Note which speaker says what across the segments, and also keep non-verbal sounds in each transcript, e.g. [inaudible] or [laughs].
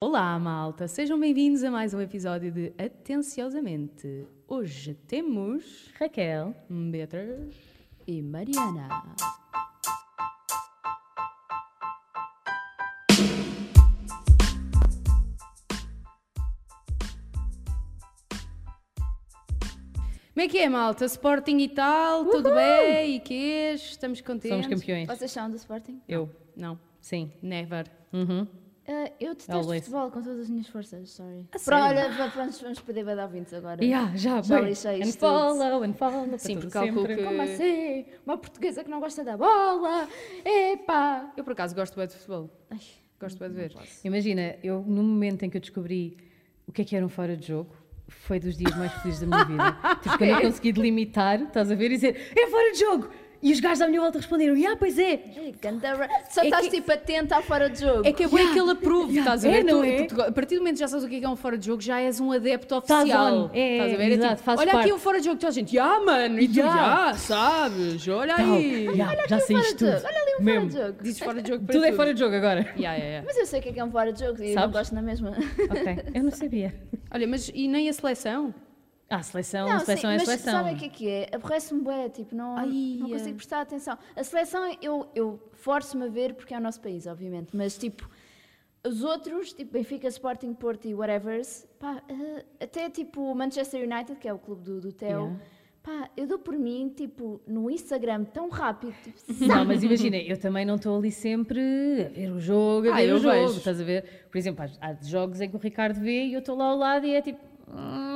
Speaker 1: Olá, malta! Sejam bem-vindos a mais um episódio de Atenciosamente. Hoje temos
Speaker 2: Raquel.
Speaker 1: Beatriz e Mariana. Como é que é, malta? Sporting e tal, tudo bem? E que Estamos contentes?
Speaker 2: Somos campeões.
Speaker 3: Vocês são do Sporting?
Speaker 2: Eu.
Speaker 1: Não,
Speaker 2: Sim.
Speaker 1: never.
Speaker 2: Uhum.
Speaker 3: Ah, eu detesto
Speaker 2: Always.
Speaker 3: futebol com todas as minhas forças, sorry.
Speaker 1: sério?
Speaker 3: Pronto, olha, va- vamos, vamos poder badar ouvintes agora.
Speaker 2: Yeah, ah, já,
Speaker 3: Já
Speaker 2: bem.
Speaker 3: lixei
Speaker 2: And
Speaker 3: isto
Speaker 2: follow, and follow. para
Speaker 1: Sim,
Speaker 2: tudo
Speaker 1: porque calculo
Speaker 2: sempre.
Speaker 1: que-
Speaker 3: Como assim? Uma portuguesa que não gosta da bola? Epá!
Speaker 1: Eu, por acaso, gosto bem de futebol.
Speaker 3: Ai,
Speaker 1: Gosto bem de ver.
Speaker 2: Imagina, eu no momento em que eu descobri o que é que era um fora de jogo, foi dos dias mais felizes da minha
Speaker 3: [laughs]
Speaker 2: vida. tipo, quando
Speaker 3: É.
Speaker 2: eu consegui delimitar, estás a ver, e dizer, é fora de jogo! E os gajos à minha volta responderam, ah, pois é!
Speaker 3: ai, ganda ra- Só
Speaker 1: É
Speaker 3: estás
Speaker 1: que-
Speaker 3: tipo atento ao fora de jogo.
Speaker 1: É que é bom que ele aprove, estás a
Speaker 2: É,
Speaker 1: ver?
Speaker 2: não
Speaker 1: Tu-
Speaker 2: é?
Speaker 1: tu- a partir do momento que já sabes o que é que é um fora de jogo, já és um adepto
Speaker 2: Estás
Speaker 1: oficial.
Speaker 2: on. É,
Speaker 1: estás a ver?
Speaker 2: exato,
Speaker 1: tipo,
Speaker 2: fazes
Speaker 1: olha aqui
Speaker 2: parte.
Speaker 1: um fora de jogo, toda a gente, já mano, e tu
Speaker 2: Ya.
Speaker 1: já sabes, olha
Speaker 2: Tal.
Speaker 1: aí.
Speaker 2: Ya, já
Speaker 3: fora de
Speaker 2: saíste tudo.
Speaker 3: jogo. Olha ali um
Speaker 2: Mesmo.
Speaker 3: fora de jogo.
Speaker 1: Dizes fora de jogo para
Speaker 2: Tudo é fora de jogo agora.
Speaker 3: [laughs]
Speaker 1: Ya, ya, ya.
Speaker 3: Mas eu sei o que é que é um fora de jogo e eu não
Speaker 2: Sabes?
Speaker 3: gosto na mesma.
Speaker 2: ok, eu não sabia.
Speaker 1: Olha, mas e nem a seleção?
Speaker 2: Ah, seleção,
Speaker 3: Não,
Speaker 2: seleção
Speaker 3: sim,
Speaker 2: é
Speaker 3: mas
Speaker 2: seleção.
Speaker 3: sabem o que é que é? Aborrece-me bué, tipo, não,
Speaker 1: Ai,
Speaker 3: não
Speaker 1: é.
Speaker 3: consigo prestar atenção. A seleção eu, eu forço-me a ver porque é o nosso país, obviamente, mas tipo, os outros, tipo Benfica, Sporting, Porto e whatever, pá, eh, até tipo Manchester United, que é o clube do, do Theo,
Speaker 2: Yeah.
Speaker 3: pá, eu dou por mim, tipo, no Instagram tão rápido, tipo,
Speaker 2: [laughs]
Speaker 1: [laughs]
Speaker 2: Não, mas imagina, eu também não estou ali sempre a ver o jogo, a
Speaker 1: Ah,
Speaker 2: ver
Speaker 1: eu
Speaker 2: o jogo,
Speaker 1: vejo.
Speaker 2: estás a ver? Por exemplo, há- há jogos em que o Ricardo vê e eu estou lá ao lado e é tipo...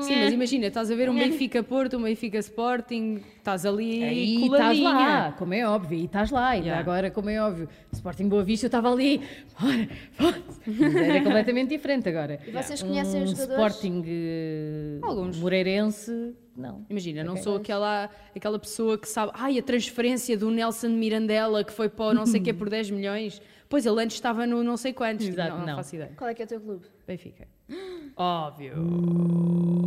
Speaker 1: Sim, mas imagina, estás a ver
Speaker 2: é.
Speaker 1: um Benfica Porto, um Benfica Sporting, estás ali
Speaker 2: E estás
Speaker 1: coladinha.
Speaker 2: lá, como é óbvio, e estás lá, e
Speaker 1: Yeah.
Speaker 2: agora, como é óbvio, Sporting Boa Vista, eu estava ali, bora, bora. Mas era completamente diferente agora.
Speaker 3: e vocês conhecem
Speaker 2: um
Speaker 3: os jogadores?
Speaker 2: Sporting eh,
Speaker 1: Alguns.
Speaker 2: Moreirense, não.
Speaker 1: Imagina, não
Speaker 2: Ok. é
Speaker 1: sou aquela, aquela pessoa que sabe, ai, a transferência do Nelson Mirandela que foi para o não sei
Speaker 2: [laughs]
Speaker 1: que por 10 milhões. Pois ele antes estava no não sei quantos. Tipo,
Speaker 2: Exato,
Speaker 1: não, não
Speaker 2: não.
Speaker 1: faço ideia.
Speaker 3: Qual é que é o teu clube?
Speaker 2: [gasps]
Speaker 1: Benfica. Óbvio.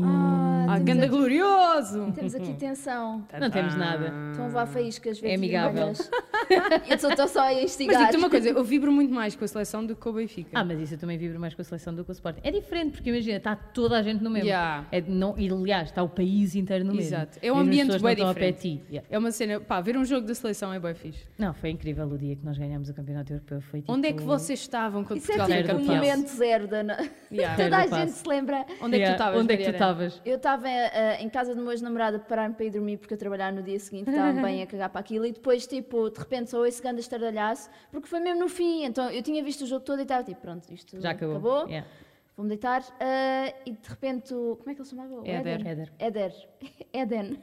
Speaker 3: Ah,
Speaker 1: Ah, ganda glorioso!
Speaker 3: temos aqui tensão.
Speaker 2: Não
Speaker 1: Ah.
Speaker 2: temos nada.
Speaker 3: Estão a levar faíscas,
Speaker 2: É amigável.
Speaker 3: vermelhas. [laughs] eu só estou só a
Speaker 1: Mas
Speaker 3: instigar.
Speaker 1: digo-te uma coisa, eu vibro muito mais com a seleção do que com o Benfica.
Speaker 2: Ah, mas isso eu também vibro mais com a seleção do que com o Sporting. É diferente, porque imagina, está toda a gente no mesmo.
Speaker 1: Yeah.
Speaker 2: É, não, e aliás, está o país inteiro no mesmo.
Speaker 1: Exato. É um
Speaker 2: Mesmo as
Speaker 1: ambiente
Speaker 2: pessoas
Speaker 1: bué
Speaker 2: não estão ao pé de
Speaker 1: diferente.
Speaker 2: ti. Yeah.
Speaker 1: É uma cena, pá, ver um jogo da seleção é bem fixe.
Speaker 2: Não, foi incrível o dia que nós ganhámos o Campeonato Europeu. Foi tipo...
Speaker 1: Onde é que vocês estavam quando
Speaker 3: Isso é
Speaker 1: Portugal
Speaker 2: Zero
Speaker 1: foi
Speaker 3: tipo um
Speaker 2: do passo.
Speaker 1: campeão?
Speaker 3: momento zero da. no-
Speaker 1: Yeah.
Speaker 2: Zero
Speaker 3: [laughs] Toda a
Speaker 2: do passo.
Speaker 3: gente se lembra.
Speaker 1: Onde é que tu
Speaker 2: Yeah,
Speaker 1: estavas,
Speaker 2: Onde é que tu
Speaker 1: Mariana?
Speaker 2: estavas?
Speaker 3: Eu estava eh, em casa do meu ex-namorado a preparar-me para ir dormir porque eu trabalhava no dia
Speaker 2: [laughs]
Speaker 3: seguinte, estava bem a cagar para aquilo e depois, tipo, de repente só esse grande estardalhaço porque foi mesmo no fim. Então eu tinha visto o jogo todo e estava tipo, pronto, isto
Speaker 2: Já acabou. Yeah.
Speaker 3: Vou-me deitar eh, e de repente, o- como é que ele se chamava? O
Speaker 1: Éder.
Speaker 2: Éder.
Speaker 3: Éder. [laughs] Éden.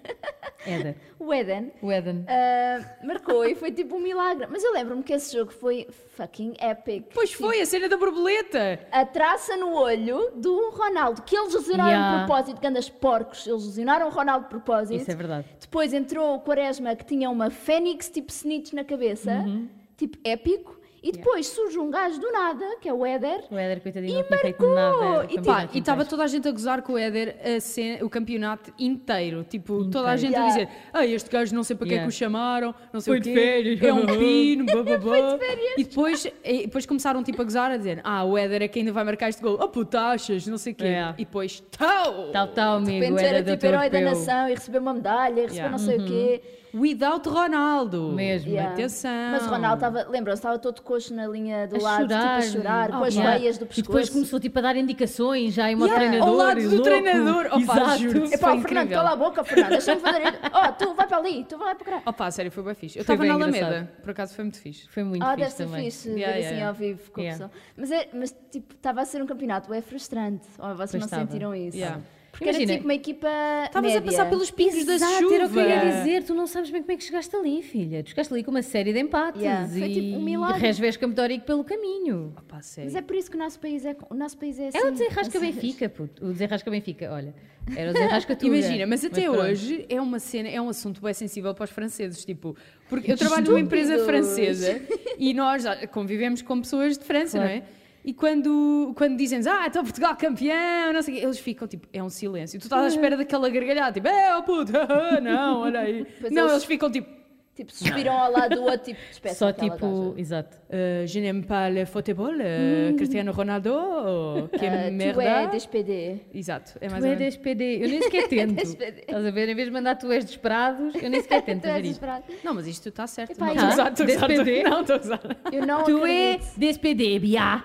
Speaker 2: Éder.
Speaker 3: O Éden.
Speaker 2: O Eden.
Speaker 3: eh, marcou e foi tipo um milagre. Mas eu lembro-me que esse jogo foi fucking epic.
Speaker 1: Pois foi, a cena da borboleta!
Speaker 3: a traça no olho do Ronaldo, que eles lesionaram
Speaker 2: Yeah.
Speaker 3: de propósito, grandes porcos, eles lesionaram o Ronaldo de propósito.
Speaker 2: Isso é verdade.
Speaker 3: Depois entrou o Quaresma, que tinha uma fênix tipo snitch na cabeça,
Speaker 2: Uhum.
Speaker 3: tipo épico, e depois surge um gajo do nada, que é o Éder,
Speaker 2: O Éder, coitadinho,
Speaker 3: E
Speaker 2: não tinha feito
Speaker 3: marcou!
Speaker 2: nada. do
Speaker 3: E tipo-
Speaker 1: Pá,
Speaker 2: campeonato
Speaker 1: e estava
Speaker 2: inteiro.
Speaker 1: toda a gente a gozar com o Éder a cena- o campeonato inteiro. Tipo, toda a gente
Speaker 3: Inteiro.
Speaker 1: a dizer: Ah, este gajo não sei para que é que
Speaker 2: Yeah.
Speaker 1: o chamaram, não sei
Speaker 2: Foi
Speaker 1: o
Speaker 2: de
Speaker 1: quê.
Speaker 2: férias. [laughs]
Speaker 1: É um pino, blá blá blá. E depois, e depois começaram tipo a gozar, a dizer: Ah, o Éder é que ainda vai marcar este gol. Oh, putachas, não sei o quê.
Speaker 2: Yeah.
Speaker 1: E depois, tau!
Speaker 2: Tal, tal,
Speaker 3: de
Speaker 2: amigo. O
Speaker 3: repente era
Speaker 2: Éder
Speaker 3: tipo
Speaker 2: do
Speaker 3: herói da
Speaker 2: Europeu.
Speaker 3: nação e recebeu uma medalha, e recebeu
Speaker 1: Yeah.
Speaker 3: não sei o quê.
Speaker 1: Without Ronaldo.
Speaker 2: Mesmo.
Speaker 3: Yeah.
Speaker 1: Atenção.
Speaker 2: Uhum.
Speaker 3: Mas o Ronaldo estava, lembram-se, estava todo coxo na linha do lado, tipo a chorar,
Speaker 2: Oh,
Speaker 3: com as
Speaker 2: yeah.
Speaker 3: veias do
Speaker 2: E depois
Speaker 3: pescoço.
Speaker 2: começou tipo, a dar indicações já em uma
Speaker 1: Yeah,
Speaker 2: treinadora.
Speaker 1: ao lado
Speaker 2: e
Speaker 1: do
Speaker 2: louco.
Speaker 1: treinador. Opa,
Speaker 2: Exato.
Speaker 1: juro-te.
Speaker 3: Epá,
Speaker 1: Foi
Speaker 3: o Fernando,
Speaker 1: incrível.
Speaker 3: cala a boca, Fernando, deixa-me fazer.
Speaker 2: [laughs]
Speaker 3: Oh, tu vai para ali, tu vai para cá.
Speaker 1: Opa, a sério, foi bem fixe. Eu
Speaker 2: Foi
Speaker 1: estava
Speaker 2: bem
Speaker 1: na Alameda,
Speaker 2: engraçado.
Speaker 1: por acaso foi muito fixe.
Speaker 2: Foi muito
Speaker 3: Ah, deve
Speaker 2: fixe
Speaker 3: ser
Speaker 2: também.
Speaker 3: fixe ver
Speaker 1: Yeah, yeah,
Speaker 3: assim
Speaker 1: yeah.
Speaker 3: ao vivo com
Speaker 2: Yeah.
Speaker 3: a pessoa. Mas, é, mas tipo, estava a ser um campeonato, é frustrante. Ou vocês
Speaker 2: Pois
Speaker 3: não
Speaker 2: estava.
Speaker 3: sentiram isso?
Speaker 1: Yeah.
Speaker 3: Porque
Speaker 2: Imagina,
Speaker 3: era tipo uma equipa.
Speaker 1: Estavas a passar pelos picos da
Speaker 2: Exato,
Speaker 1: chuva.
Speaker 2: era o que eu ia dizer. Tu não sabes bem como é que chegaste ali, filha. Tu chegaste ali com uma série de empates
Speaker 3: Yeah,
Speaker 2: e,
Speaker 3: foi tipo um milagre.
Speaker 2: e resvesca metórico pelo caminho.
Speaker 1: Opa, a sério.
Speaker 3: Mas é por isso que o nosso país é, o nosso país é assim.
Speaker 2: É o desenrasca
Speaker 3: assim.
Speaker 2: Benfica, puto. O desenrasca Benfica, olha. Era o desenrasca tudo. é.
Speaker 1: Imagina, mas até
Speaker 2: pronto.
Speaker 1: hoje é uma cena, é um assunto bem sensível para os franceses, tipo, porque eu trabalho numa empresa
Speaker 3: Estúpidos.
Speaker 1: francesa e nós ah, convivemos com pessoas de França, não é? E quando, quando dizem ah, então Portugal campeão, não sei o quê, eles ficam tipo, é um [laughs] silêncio. Tu estás à espera daquela gargalhada, tipo, é, oh puto, ah, não, olha aí.
Speaker 3: Pois
Speaker 1: não,
Speaker 3: eles-
Speaker 1: eles ficam tipo,
Speaker 3: Tipo, suspiram ao lado do outro, tipo, despeça
Speaker 2: Só
Speaker 3: aquela
Speaker 2: tipo, exato.
Speaker 1: Euh, je n'aime pas le football, euh, Cristiano Ronaldo, oh, que
Speaker 3: gaja. Ah, tu é
Speaker 1: merda.
Speaker 3: despedê.
Speaker 1: Exato, é mais
Speaker 2: Tu
Speaker 1: ou
Speaker 2: és
Speaker 1: menos.
Speaker 2: SPD, eu nem
Speaker 3: [laughs]
Speaker 2: sequer tento.
Speaker 3: SPD.
Speaker 2: Estás a ver? Em vez de mandar tu és desesperados, eu nem sequer tento
Speaker 3: Tu
Speaker 2: fazer
Speaker 3: és
Speaker 2: isto.
Speaker 3: desesperado.
Speaker 1: Não, mas isto está certo.
Speaker 3: Epá,
Speaker 1: não, estou
Speaker 3: eu-
Speaker 1: a usar, estou a usar.
Speaker 2: DSPD?
Speaker 1: Não, estou a usar.
Speaker 3: Eu
Speaker 2: [laughs]
Speaker 3: não
Speaker 2: Tu é
Speaker 3: Oh, acredito.
Speaker 2: SPD, biá.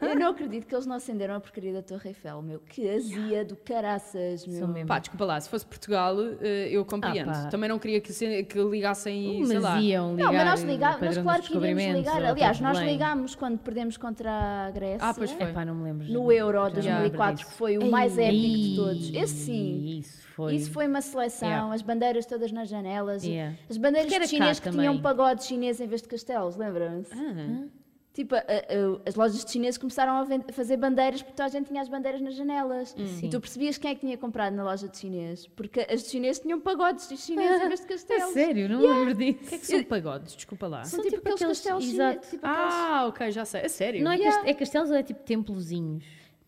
Speaker 3: Eu não acredito que eles não acenderam a porcaria da Torre Eiffel, meu. Que azia do caraças, meu.
Speaker 2: São mesmo.
Speaker 1: Pá, desculpa lá, se fosse Portugal, eh, eu compreendo.
Speaker 2: Ah, pá.
Speaker 1: Também não queria que, se- que ligassem, sei lá.
Speaker 2: Mas assim iam ligar.
Speaker 3: Não, mas nós
Speaker 2: o
Speaker 3: ligávamos, nós
Speaker 2: padrão
Speaker 3: claro
Speaker 2: dos
Speaker 3: que iríamos
Speaker 2: descobrimentos
Speaker 3: ligar.
Speaker 2: ao
Speaker 3: Aliás, nós
Speaker 2: Belém.
Speaker 3: ligámos quando perdemos contra a Grécia.
Speaker 1: Ah, pois foi.
Speaker 2: Epá, não me lembro.
Speaker 3: No Euro
Speaker 2: Já me lembro
Speaker 3: 2004,
Speaker 2: disso.
Speaker 3: que foi o mais épico de
Speaker 2: Ei,
Speaker 3: todos. Esse sim.
Speaker 2: Isso foi.
Speaker 3: Isso foi uma seleção,
Speaker 2: Yeah.
Speaker 3: as bandeiras todas nas janelas,
Speaker 2: Yeah.
Speaker 3: as bandeiras
Speaker 2: Porque era
Speaker 3: de chinês
Speaker 2: cá
Speaker 3: que
Speaker 2: também.
Speaker 3: tinham pagode chinês em vez de castelos, lembram-se?
Speaker 1: Ah,
Speaker 3: Tipo, a- a- as lojas de chinês começaram a, ven- a fazer bandeiras porque toda a gente tinha as bandeiras nas janelas.
Speaker 2: Hum.
Speaker 3: E tu percebias quem é que tinha comprado na loja de chinês, porque as de chinês tinham pagodes de chinês em
Speaker 2: [laughs]
Speaker 3: vez de
Speaker 2: É
Speaker 3: castelos.
Speaker 2: sério, não me lembro disso.
Speaker 1: o que é que são pagodes? Desculpa lá.
Speaker 3: São tipo, aqueles castelos
Speaker 2: exato.
Speaker 3: chineses. Tipo aqueles-
Speaker 1: Ah, ok, já sei. É sério?
Speaker 2: Não é,
Speaker 3: Yeah.
Speaker 2: cast- é castelos ou é tipo templozinhos?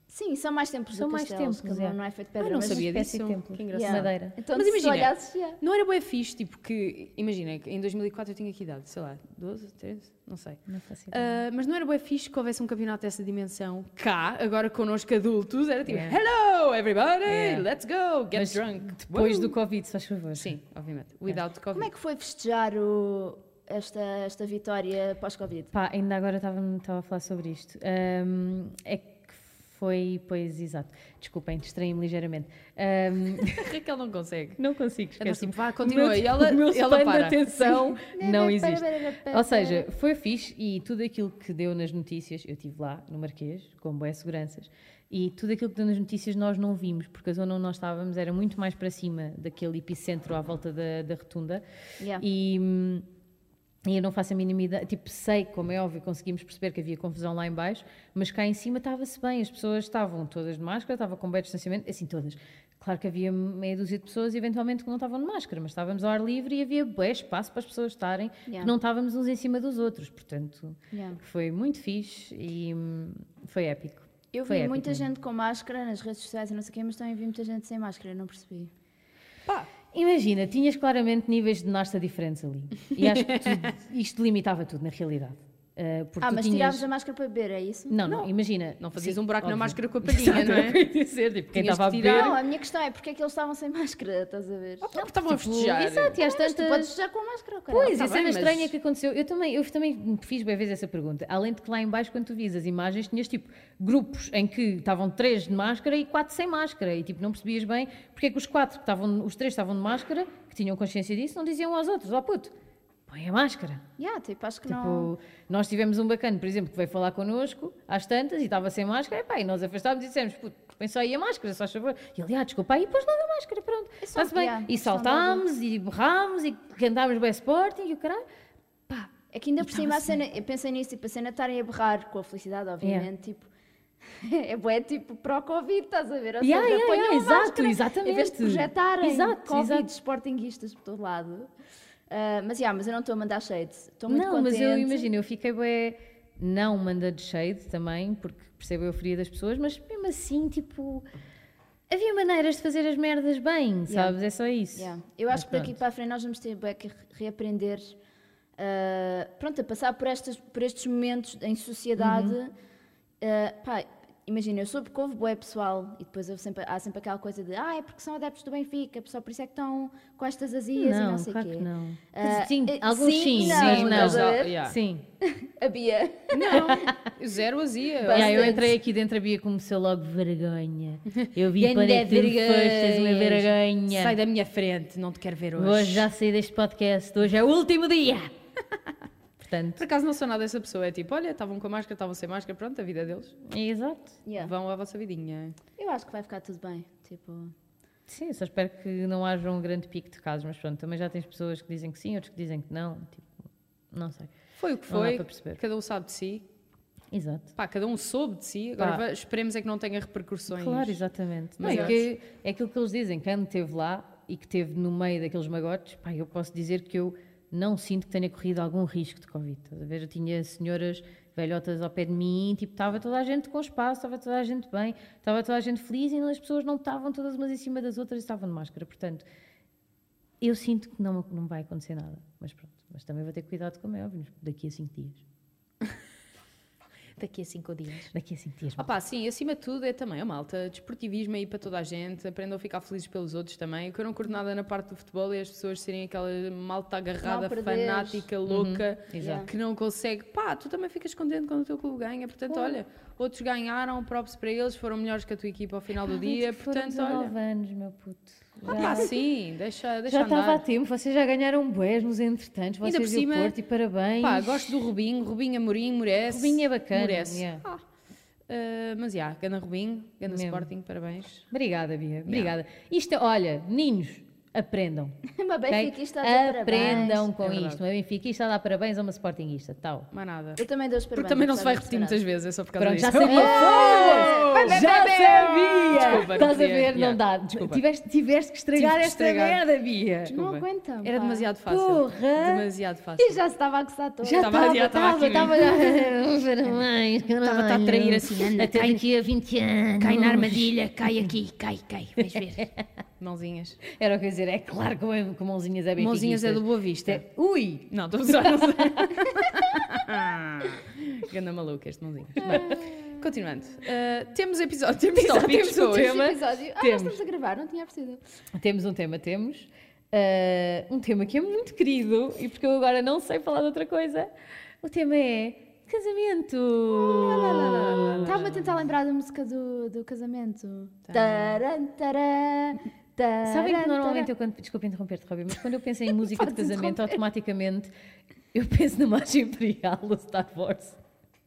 Speaker 3: Sim, são mais tempos
Speaker 2: São
Speaker 3: do
Speaker 2: mais
Speaker 3: castelo,
Speaker 2: tempos,
Speaker 3: porque ele
Speaker 2: é.
Speaker 3: não é feito de
Speaker 1: Ah,
Speaker 3: pedra.
Speaker 1: não
Speaker 3: mas-
Speaker 1: sabia
Speaker 2: espécie de
Speaker 1: disso.
Speaker 2: templo.
Speaker 1: Que engraçado.
Speaker 3: Yeah.
Speaker 2: madeira.
Speaker 3: Então,
Speaker 1: Mas
Speaker 3: se
Speaker 1: imagina.
Speaker 3: olhasses, yeah.
Speaker 1: Não era bem fixe, tipo, que... Imagina, que em 2004 eu tinha que idade, sei lá, 12, 13, não sei.
Speaker 2: Não faço ideia.
Speaker 1: Ah, mas não era bem fixe que houvesse um campeonato dessa dimensão cá, agora connosco adultos, era tipo
Speaker 2: Yeah.
Speaker 1: Hello everybody,
Speaker 2: Yeah.
Speaker 1: let's go, get
Speaker 2: Mas
Speaker 1: drunk.
Speaker 2: Depois
Speaker 3: uh.
Speaker 1: Woo!
Speaker 2: do Covid, se faz favor.
Speaker 1: Sim, obviamente. Without Covid.
Speaker 3: Como é que foi festejar o- esta, esta vitória pós-Covid?
Speaker 2: Pá, ainda agora estava estava a falar sobre isto. Ahm, é que foi, pois, exato. Desculpem, distraí-me ligeiramente. Ahm, [laughs]
Speaker 1: é Raquel não consegue.
Speaker 2: não consigo,
Speaker 1: É nós
Speaker 2: esquece.
Speaker 1: tipo, vá, continua. [laughs]
Speaker 2: meu-
Speaker 1: E ela,
Speaker 2: o [laughs] meu
Speaker 1: ela
Speaker 2: span de
Speaker 1: para.
Speaker 2: atenção não existe. Ou seja, foi fixe e tudo aquilo que deu nas notícias, eu estive lá no Marquês, com boas seguranças, e tudo aquilo que deu nas notícias nós não vimos, porque a zona onde nós estávamos era muito mais para cima daquele epicentro à volta da, da rotunda.
Speaker 3: Yeah.
Speaker 2: E, hum, e eu não faço a mínima ideia, tipo, sei, como é óbvio, conseguimos perceber que havia confusão lá em baixo, mas cá em cima estava-se bem, as pessoas estavam todas de máscara, estava com bem distanciamento, assim, todas. Claro que havia meia dúzia de pessoas, eventualmente, que não estavam de máscara, mas estávamos ao ar livre e havia bué espaço para as pessoas estarem,
Speaker 3: Yeah.
Speaker 2: que não estávamos uns em cima dos outros, portanto,
Speaker 3: Yeah.
Speaker 2: foi muito fixe e hum, foi épico.
Speaker 3: Eu
Speaker 2: Foi
Speaker 3: vi
Speaker 2: épico
Speaker 3: muita
Speaker 2: mesmo.
Speaker 3: gente com máscara nas redes sociais e não sei o quê, mas também vi muita gente sem máscara, eu não percebi.
Speaker 1: Pá,
Speaker 2: Imagina, tinhas claramente níveis de nasta diferentes ali, e acho que tudo-
Speaker 3: [laughs]
Speaker 2: isto limitava tudo, na realidade. Ah, porque
Speaker 3: ah,
Speaker 2: tu
Speaker 3: mas
Speaker 2: tinhas-
Speaker 3: tiravas a máscara para beber, é isso?
Speaker 2: Não, não, imagina.
Speaker 1: não fazias
Speaker 2: Sim,
Speaker 1: um buraco na
Speaker 2: óbvio.
Speaker 1: máscara
Speaker 2: [laughs]
Speaker 1: com a palhinha,
Speaker 2: Exato,
Speaker 1: não
Speaker 2: era o que eu
Speaker 1: é?
Speaker 2: ia dizer, tipo, quem
Speaker 1: Tinhas
Speaker 2: estava a
Speaker 1: que
Speaker 2: beber.
Speaker 1: tirar.
Speaker 3: Não, a minha questão é porque é que eles estavam sem máscara, estás a ver?
Speaker 1: Porque estavam tá a
Speaker 2: Tipo,
Speaker 1: festejar.
Speaker 2: Exato, e às
Speaker 3: Mas tu podes
Speaker 2: tantas.
Speaker 3: festejar com a máscara, ok?
Speaker 2: Pois,
Speaker 1: Tá
Speaker 2: a cena
Speaker 1: bem, mas-
Speaker 2: estranha que aconteceu. Eu também, eu também me fiz bem vezes essa pergunta. Além de que lá em baixo, quando tu vias as imagens, tinhas tipo grupos em que estavam três de máscara e quatro sem máscara. E tipo, não percebias bem porque é que os quatro que estavam, os três que estavam de máscara, que tinham consciência disso, não diziam aos outros, ó puto, põe a máscara.
Speaker 3: Yeah, tipo, acho que
Speaker 2: Tipo,
Speaker 3: não.
Speaker 2: nós tivemos um bacana, por exemplo, que veio falar connosco às tantas e estava sem máscara, epá, e nós afastámos e dissemos, puto, põe só aí a máscara, só favor. E ele, ah, desculpa, aí pôs logo a máscara, pronto,
Speaker 3: É só
Speaker 2: está-se bem.
Speaker 3: piar,
Speaker 2: E
Speaker 3: questão de
Speaker 2: saltámos e borrámos e cantámos bem Sporting e o caralho. Pá,
Speaker 3: É que ainda por
Speaker 2: Então,
Speaker 3: cima a
Speaker 2: assim-
Speaker 3: cena, eu pensei nisso, tipo, a cena de estarem a berrar com a felicidade, obviamente, tipo, [laughs] é bué tipo para o Covid, estás a ver? Ou
Speaker 2: Yeah,
Speaker 3: seja,
Speaker 2: yeah,
Speaker 3: ponham
Speaker 2: yeah,
Speaker 3: a
Speaker 2: exato,
Speaker 3: máscara, Em vez
Speaker 2: exatamente.
Speaker 3: de projetarem
Speaker 2: Exato,
Speaker 3: Covid
Speaker 2: exato.
Speaker 3: sportinguistas por todo lado. Ah, mas, yeah, mas eu não estou a mandar shade, estou muito
Speaker 2: não,
Speaker 3: contente.
Speaker 2: mas eu imagino, eu fiquei bem, não manda de shade também, porque percebo a euforia das pessoas, mas mesmo assim, tipo, havia maneiras de fazer as merdas bem, sabes? É só isso.
Speaker 3: Yeah. Eu
Speaker 2: Mas
Speaker 3: acho que daqui
Speaker 2: pronto.
Speaker 3: para a frente nós vamos ter bué que re- reaprender, ah, pronto, a passar por, estas, por estes momentos em sociedade. Ah, pá, imagina, eu soube que houve bué pessoal e depois houve sempre- há sempre aquela coisa de ah, é porque são adeptos do Benfica, só por isso é que estão com estas azias e não sei o
Speaker 2: claro
Speaker 3: quê.
Speaker 2: que não.
Speaker 3: Ah,
Speaker 2: Quer dizer, sim,
Speaker 3: eh,
Speaker 2: alguns
Speaker 3: sim
Speaker 2: sim,
Speaker 3: e não,
Speaker 2: mas não.
Speaker 3: estás a ver?
Speaker 1: Yeah.
Speaker 2: Sim.
Speaker 3: A Bia.
Speaker 1: Não, [laughs] zero azia.
Speaker 3: Bastante.
Speaker 2: Yeah, eu entrei aqui dentro, a Bia começou logo vergonha. Eu vi para
Speaker 3: Ganda
Speaker 2: que tu
Speaker 3: vergonha.
Speaker 2: foste, és uma vergonha.
Speaker 1: Sai da minha frente, não te quero ver hoje.
Speaker 2: Hoje já saí deste podcast, hoje é o último dia. Portanto,
Speaker 1: Por acaso não sou nada dessa pessoa, é tipo, olha, estavam com a máscara, estavam sem máscara, pronto, a vida deles.
Speaker 2: é exato.
Speaker 3: Yeah.
Speaker 1: Vão à vossa vidinha.
Speaker 3: Eu acho que vai ficar tudo bem. Tipo,
Speaker 2: Sim, só espero que não haja um grande pico de casos, mas pronto, também já tens pessoas que dizem que sim, outras que dizem que não. Tipo, não sei.
Speaker 1: Foi o que
Speaker 2: Não dá
Speaker 1: foi,
Speaker 2: para perceber.
Speaker 1: cada um sabe de si.
Speaker 2: Exato.
Speaker 1: Pá, cada um soube de si, agora
Speaker 2: Pá.
Speaker 1: vai- esperemos é que não tenha repercussões.
Speaker 2: Claro, exatamente. Não,
Speaker 1: Mas
Speaker 2: é,
Speaker 1: eu
Speaker 2: que, é aquilo que eles dizem, quem esteve lá e que esteve no meio daqueles magotes, pá, eu posso dizer que eu não sinto que tenha corrido algum risco de Covid. Estás a ver? Eu tinha senhoras velhotas ao pé de mim, tipo, estava toda a gente com espaço, estava toda a gente bem, estava toda a gente feliz e as pessoas não estavam todas umas em cima das outras e estavam de máscara. Portanto, Eu sinto que não, não vai acontecer nada, mas pronto. Mas também vou ter cuidado, como é óbvio, daqui a 5 dias.
Speaker 4: Daqui a cinco dias.
Speaker 2: Daqui a 5 dias.
Speaker 1: Opá, sim, acima de tudo é também a malta. Desportivismo aí para toda a gente. Aprendam a ficar felizes pelos outros também. O que eu não curto
Speaker 3: Uhum.
Speaker 1: nada na parte do futebol é as pessoas serem aquela malta agarrada,
Speaker 3: Não perderes.
Speaker 1: fanática, louca,
Speaker 2: Uhum. exato.
Speaker 1: que não consegue. Pá, tu também ficas contente quando o teu clube ganha. Portanto, olha, outros ganharam, props para eles, foram melhores que a tua equipa ao final
Speaker 3: Ah,
Speaker 1: do dia. Portanto, olha.
Speaker 2: anos, meu puto.
Speaker 1: Opá, sim, deixa, deixa
Speaker 2: Já estava a
Speaker 1: andar.
Speaker 2: tempo, vocês já ganharam bués nos entretantos,
Speaker 1: Ainda
Speaker 2: vocês
Speaker 1: por
Speaker 2: e o
Speaker 1: cima-
Speaker 2: Porto, e parabéns.
Speaker 1: Pá, gosto do Rubinho, Rubinho Amorim, merece.
Speaker 2: Rubinho é bacana,
Speaker 1: Merece.
Speaker 2: yeah.
Speaker 1: Ah, ah, mas já, yeah, ganda Rubinho, ganda
Speaker 2: Mesmo.
Speaker 1: Sporting, parabéns.
Speaker 2: Obrigada, Bia. Obrigada. Isto, é- olha, meninos, aprendam.
Speaker 3: [laughs] Uma
Speaker 2: ok?
Speaker 3: benfiquista a dar
Speaker 2: aprendam
Speaker 3: parabéns.
Speaker 2: com
Speaker 1: É verdade.
Speaker 2: isto. Uma benfiquista a dar parabéns a uma sportinguista. Tal.
Speaker 1: Mais nada.
Speaker 3: Eu também dou os
Speaker 1: Porque
Speaker 3: parabéns.
Speaker 1: também não se vai
Speaker 3: sabe,
Speaker 1: repetir muitas
Speaker 3: Fernanda.
Speaker 1: vezes, é só por causa
Speaker 2: Pronto, já
Speaker 1: disso. [laughs]
Speaker 2: sabia.
Speaker 1: Foda-se!
Speaker 2: Já sabia!
Speaker 1: Desculpa, não
Speaker 2: Estás a
Speaker 1: podia.
Speaker 2: ver? Não
Speaker 1: Yeah,
Speaker 2: dá.
Speaker 1: desculpa.
Speaker 2: Tiveste, tiveste que estragar
Speaker 1: Tive que
Speaker 2: esta
Speaker 1: estragar.
Speaker 2: merda, Bia.
Speaker 1: Desculpa.
Speaker 3: Não aguentam.
Speaker 1: Era
Speaker 3: pá. [laughs]
Speaker 1: demasiado fácil.
Speaker 2: Porra! é-
Speaker 1: Demasiado fácil.
Speaker 3: E já se estava a gozar toda.
Speaker 2: Já
Speaker 1: Estava-
Speaker 2: estava,
Speaker 1: já estava
Speaker 2: estava,
Speaker 1: aqui
Speaker 2: estava. [laughs] Parabéns,
Speaker 4: Estava-te a trair assim, anda,
Speaker 2: Até
Speaker 4: cai-
Speaker 2: daqui a 20
Speaker 4: Cai na
Speaker 2: anos.
Speaker 4: armadilha, cai aqui, cai, cai. Vais ver.
Speaker 1: Mãozinhas.
Speaker 2: Era o que eu ia dizer, é claro que o- que o Mãozinhas é bem
Speaker 1: Mãozinhas é do Boa Vista.
Speaker 2: Ui!
Speaker 1: Não, estou a usar, não sei. [laughs] Ganda maluca este mãozinhas.
Speaker 2: Ah.
Speaker 1: Bem, continuando. Ah, temos
Speaker 2: [laughs]
Speaker 1: episódio, temos tópicos
Speaker 2: temos o
Speaker 1: hoje.
Speaker 2: tema.
Speaker 3: episódio. Ah, nós
Speaker 2: Temos.
Speaker 3: estamos a gravar, não tinha percebido.
Speaker 2: Temos um tema, temos. ah, um tema que é muito querido e porque eu agora não sei falar de outra coisa. O tema é casamento.
Speaker 1: Ah,
Speaker 3: Estava a tentar lembrar da música do, do casamento.
Speaker 2: Tá.
Speaker 3: Taran, taran,
Speaker 1: Ah,
Speaker 3: taran,
Speaker 2: Sabem que normalmente
Speaker 3: taran.
Speaker 2: eu quando. Desculpa interromper-te, Robbie, mas quando eu
Speaker 1: [laughs]
Speaker 2: penso em música de casamento, automaticamente eu penso na marcha imperial do Star Wars.
Speaker 3: [laughs]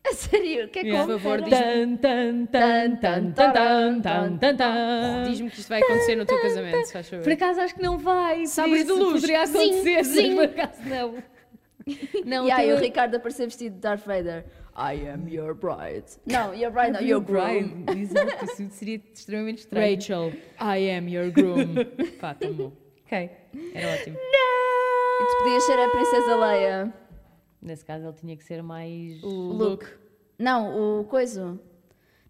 Speaker 3: A sério, o que é que
Speaker 1: Yeah.
Speaker 3: houve?
Speaker 1: Por favor,
Speaker 3: Taran.
Speaker 2: Tan, tan, tan, tan, tan, tan, tan, tan, tan.
Speaker 1: Diz-me que isto vai acontecer no teu casamento, se faz favor.
Speaker 2: Por acaso acho que não vai.
Speaker 1: Sabres
Speaker 2: Isso
Speaker 1: de luz.
Speaker 2: Poderia
Speaker 4: Zing,
Speaker 2: acontecer,
Speaker 4: zing.
Speaker 2: mas por acaso não. Não,
Speaker 3: E aí
Speaker 1: um-
Speaker 2: teu-
Speaker 3: o Ricardo apareceu vestido de Darth Vader. I am your bride. Não,
Speaker 2: [laughs]
Speaker 3: your bride, não, your groom.
Speaker 2: Bride, Exato, isso seria extremamente estranho.
Speaker 1: Rachel, I am your
Speaker 2: [laughs]
Speaker 1: groom. Pá, tão bom.
Speaker 2: Ok.
Speaker 1: Era ótimo.
Speaker 3: E tu podias ser a princesa Leia.
Speaker 2: Nesse caso ele tinha que ser mais.
Speaker 1: O Luke.
Speaker 3: Não, o coiso.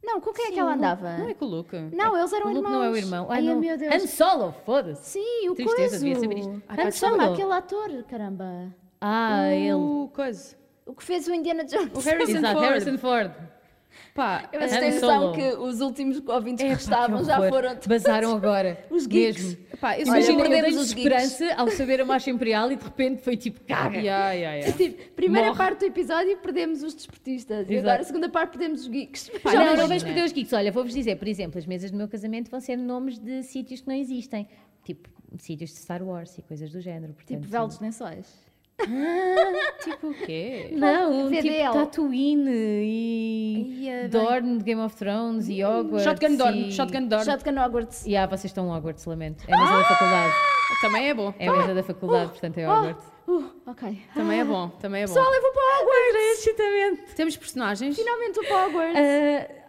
Speaker 3: Não, com quem é que ela andava?
Speaker 1: Não é com o Luke.
Speaker 3: Não, eles eram
Speaker 2: o Luke
Speaker 3: irmãos.
Speaker 2: não é o irmão. Ai,
Speaker 3: Ai,
Speaker 2: não.
Speaker 3: meu Deus.
Speaker 2: Han Solo, foda-se.
Speaker 3: Sim, o
Speaker 2: Tristeza,
Speaker 3: coiso.
Speaker 2: devia saber isto.
Speaker 1: Ah,
Speaker 3: Ah,
Speaker 1: pá,
Speaker 3: Como se chama
Speaker 2: desculpa.
Speaker 3: aquele ator, caramba?
Speaker 2: Ah, ele.
Speaker 1: O coisa.
Speaker 3: O que fez o Indiana Jones.
Speaker 1: O Harrison
Speaker 2: Exato,
Speaker 1: Ford.
Speaker 2: Harrison Ford.
Speaker 1: Pá,
Speaker 3: Mas
Speaker 2: Han
Speaker 3: tem noção
Speaker 2: Solo.
Speaker 3: que os últimos ouvintes
Speaker 2: Epá,
Speaker 3: que estavam
Speaker 2: que
Speaker 3: Ah, já
Speaker 2: horror.
Speaker 3: foram todos-
Speaker 2: Basaram agora.
Speaker 3: [laughs] Os geeks.
Speaker 2: mesmo.
Speaker 1: pá, eu sou
Speaker 3: Olha,
Speaker 2: Imagina, eu
Speaker 1: uma-
Speaker 3: perdemos
Speaker 2: dei
Speaker 3: os geeks.
Speaker 2: esperança ao saber a marcha imperial e de repente foi tipo, caga.
Speaker 1: Ya, ya, ya.
Speaker 3: [laughs] Tipo, primeira
Speaker 2: É. Morre.
Speaker 3: parte do episódio perdemos os desportistas e
Speaker 2: Exato.
Speaker 3: agora a segunda parte perdemos os geeks.
Speaker 2: Pá,
Speaker 1: Já
Speaker 2: não, não
Speaker 1: imagina.
Speaker 2: vens perder os geeks. Olha, vou-vos dizer, por exemplo, as mesas do meu casamento vão ser nomes de sítios que não existem. Tipo, sítios de Star Wars e coisas do género. Portanto,
Speaker 3: Tipo, velhos lençóis.
Speaker 2: é
Speaker 1: Tipo o quê?
Speaker 2: Não,
Speaker 3: VDL.
Speaker 2: tipo Tatooine e
Speaker 3: Ai, é, Hum,
Speaker 2: Dorne de Game of Thrones e Hogwarts.
Speaker 1: Shotgun
Speaker 2: e...
Speaker 1: Dorn, Shotgun Dorn.
Speaker 3: Shotgun Hogwarts.
Speaker 2: E ah, vocês estão Hogwarts, lamento. É a mesa da
Speaker 3: [gasps]
Speaker 2: faculdade.
Speaker 1: Também é bom.
Speaker 2: É a mesa da faculdade, portanto é Hogwarts. Ah,
Speaker 3: Oh, uh, ok.
Speaker 1: Também é bom, também é bom.
Speaker 3: Pessoal, eu vou para o Hogwarts.
Speaker 2: é, Exatamente.
Speaker 1: Temos personagens.
Speaker 3: Finalmente vou para o Hogwarts.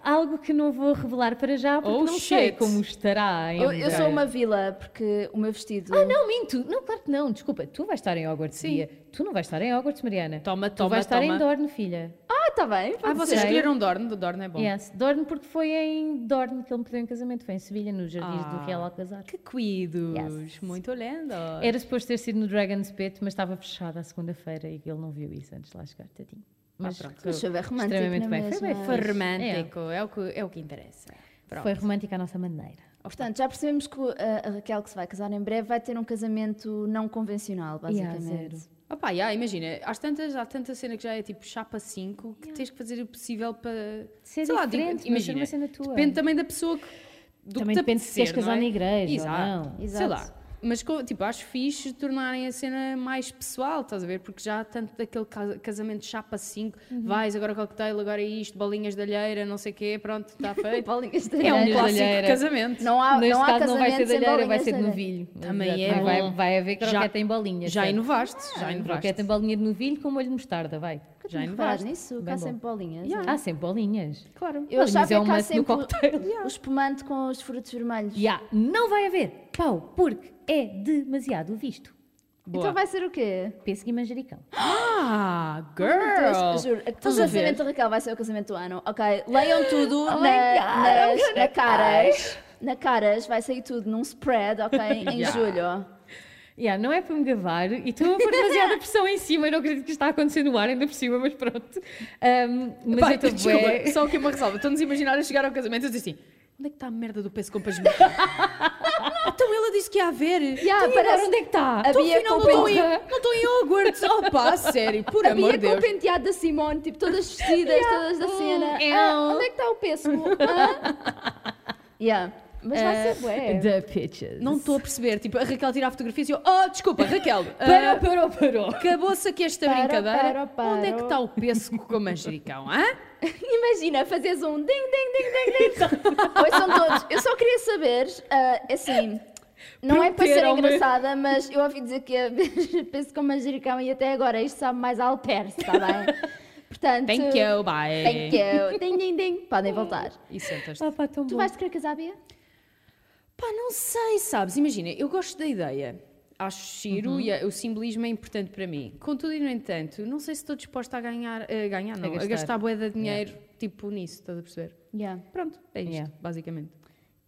Speaker 2: Ah, algo que não vou revelar para já, porque
Speaker 1: Oh,
Speaker 2: não sei
Speaker 1: shit.
Speaker 2: como estará em
Speaker 3: Oh, eu, eu sou
Speaker 2: Hogwarts.
Speaker 3: uma vila porque o meu vestido...
Speaker 2: Ah, não, minto. Não, claro que não. Desculpa, tu vais estar em Hogwarts,
Speaker 1: Sim.
Speaker 2: Bia. Tu não vais estar em Hogwarts, Mariana.
Speaker 1: Toma,
Speaker 2: tu
Speaker 1: toma,
Speaker 2: vais estar
Speaker 1: toma.
Speaker 2: em Dorne, filha.
Speaker 3: Ah, está bem.
Speaker 1: Ah,
Speaker 3: pode
Speaker 1: vocês
Speaker 3: ser.
Speaker 1: escolheram Dorn, do Dorne é bom.
Speaker 2: Yes. Dorne, porque foi em Dorne que ele me pediu em casamento. Foi em Sevilha, nos jardins
Speaker 1: Ah.
Speaker 2: do Real Alcazar.
Speaker 1: Que cuidos,
Speaker 2: Yes. É
Speaker 1: muito lindo.
Speaker 2: Era suposto ter sido no Dragon's Pit, mas estava fechada à segunda-feira e ele não viu isso antes de lá chegar, tadinho. Mas
Speaker 1: Ah, pronto.
Speaker 2: correu
Speaker 3: Mas foi bem romântico,
Speaker 2: extremamente
Speaker 3: não é
Speaker 2: bem. Foi bem,
Speaker 3: mesmo?
Speaker 1: Foi
Speaker 2: foi
Speaker 1: romântico, é. o que, é o que interessa.
Speaker 2: É,
Speaker 1: Pronto.
Speaker 2: foi romântico à nossa maneira.
Speaker 3: Portanto, já percebemos que uh, a Raquel, que se vai casar em breve, vai ter um casamento não convencional,
Speaker 2: Yeah,
Speaker 3: basicamente.
Speaker 2: zero.
Speaker 1: Opa, yeah, imagina, às tantas, há tanta cena que já é tipo chapa 5 que tens que fazer o possível para.
Speaker 2: Ser
Speaker 1: sei lá, digo-
Speaker 2: diferente, mas ser
Speaker 1: imagina.
Speaker 2: uma cena tua.
Speaker 1: Depende também da pessoa que. Do
Speaker 2: Também
Speaker 1: que te
Speaker 2: depende se queres
Speaker 1: apetecer,
Speaker 2: casar
Speaker 1: não é?
Speaker 2: na igreja ou
Speaker 1: Exato.
Speaker 2: não.
Speaker 1: Sei
Speaker 3: Exato.
Speaker 1: lá. Mas co- tipo, acho fixe tornarem a cena mais pessoal, estás a ver? Porque já há tanto daquele ca- casamento chapa 5, vais agora cocktail, agora é isto, bolinhas de alheira, não sei o quê, pronto, está feito.
Speaker 3: Bolinhas de
Speaker 1: é
Speaker 3: alheira.
Speaker 1: um
Speaker 2: Bolinhas de
Speaker 1: clássico
Speaker 2: alheira.
Speaker 1: casamento.
Speaker 3: Não há,
Speaker 2: Neste
Speaker 3: não há
Speaker 2: caso não vai ser
Speaker 3: casamentos
Speaker 2: de
Speaker 3: sem
Speaker 2: alheira, vai
Speaker 3: bolinhas
Speaker 2: ser de
Speaker 3: alheira.
Speaker 2: novilho.
Speaker 1: Também
Speaker 2: Exato.
Speaker 1: é
Speaker 2: Vai- Vai,
Speaker 1: bom.
Speaker 2: vai haver croquete
Speaker 1: Já-
Speaker 2: em bolinhas.
Speaker 1: Já
Speaker 2: certo?
Speaker 1: inovaste, já
Speaker 2: Croquete
Speaker 1: inovaste.
Speaker 2: em bolinha de novilho com molho de mostarda, vai.
Speaker 1: Já
Speaker 3: Nunca tinha
Speaker 1: inovaste.
Speaker 3: reparado nisso,
Speaker 2: Bem
Speaker 3: cá
Speaker 2: bom.
Speaker 3: sempre bolinhas.
Speaker 2: Há sempre bolinhas.
Speaker 1: Claro.
Speaker 3: Eu
Speaker 2: Bolinhas
Speaker 3: achava
Speaker 2: é um
Speaker 3: que há
Speaker 2: must no
Speaker 3: sempre o-
Speaker 2: cocktail.
Speaker 3: o espumante com os frutos vermelhos.
Speaker 2: E há, não vai haver pau, porque é demasiado visto.
Speaker 1: Boa.
Speaker 3: Então vai ser o quê?
Speaker 2: Pêssego e manjericão.
Speaker 1: Ah,
Speaker 3: Então,
Speaker 1: girl!
Speaker 3: juro, o
Speaker 1: Estás a ver?
Speaker 3: casamento da Raquel vai ser o casamento do ano. Ok, leiam tudo na,
Speaker 2: God,
Speaker 3: nas- na caras. Na caras vai sair tudo num spread, ok? Em
Speaker 1: Yeah.
Speaker 3: julho.
Speaker 2: Yeah, não é para me gabar e estou a pôr demasiada pressão em cima. Eu não acredito que isto está a acontecer no ar, ainda por cima, mas pronto. Um, mas
Speaker 1: Pá,
Speaker 2: eu estou
Speaker 1: desculpa,
Speaker 2: bué-
Speaker 1: só aqui uma ressalva. Estou-nos a imaginar a chegar ao casamento e dizer assim: onde é que está a merda do peso com pasmita? então ela disse que ia haver.
Speaker 3: Yeah,
Speaker 2: E
Speaker 3: parece-
Speaker 2: agora onde é que está?
Speaker 3: A
Speaker 1: Então,
Speaker 3: Bia
Speaker 1: afinal,
Speaker 3: com
Speaker 1: não estou em,
Speaker 2: penteado.
Speaker 1: não estou em Hogwarts. Oh, pá, a sério, por
Speaker 3: A
Speaker 1: amor
Speaker 3: Bia
Speaker 1: de
Speaker 3: com o
Speaker 1: Deus.
Speaker 3: penteado é da Simone, tipo, todas vestidas, todas da cena.
Speaker 1: eu.
Speaker 3: Ah, onde é que está o pêssego? Ah? yeah. Mas vai
Speaker 1: Ah,
Speaker 3: ser bué.
Speaker 2: The Pitches.
Speaker 1: Não estou a perceber. Tipo, a Raquel tira a fotografia e diz: Oh, desculpa, [laughs] Raquel. ah,
Speaker 2: Parou, parou, parou.
Speaker 1: Acabou-se aqui esta
Speaker 3: Parou,
Speaker 1: brincadeira.
Speaker 3: parou, parou.
Speaker 1: Onde é que está o pêssego com manjericão? Hã?
Speaker 3: [laughs] Imagina, fazes um ding, ding, ding, ding,
Speaker 1: [laughs]
Speaker 3: ding. Oi, são todos. Eu só queria saber, ah, assim, não é para ser
Speaker 2: Prometeram-me.
Speaker 3: engraçada, mas eu ouvi dizer que a [laughs] penso com manjericão e até agora isto sabe mais a alperce, está
Speaker 1: [laughs]
Speaker 3: bem? Portanto,
Speaker 1: Thank you, bye.
Speaker 3: Thank you. Ding, ding, ding. Podem voltar.
Speaker 1: E sentas-te.
Speaker 2: Ah, pá, tão
Speaker 3: Tu
Speaker 2: bom.
Speaker 3: vais te querer casar, Bia?
Speaker 1: Pá, não sei, sabes? Imagina, eu gosto da ideia. Acho giro e eh, o simbolismo é importante para mim. Contudo e no entanto, não sei se estou disposta a ganhar, a ganhar não, a gastar,
Speaker 2: gastar.
Speaker 1: bué de dinheiro, tipo nisso, estás a perceber?
Speaker 3: Yeah.
Speaker 1: Pronto, é isto,
Speaker 2: Yeah.
Speaker 1: basicamente.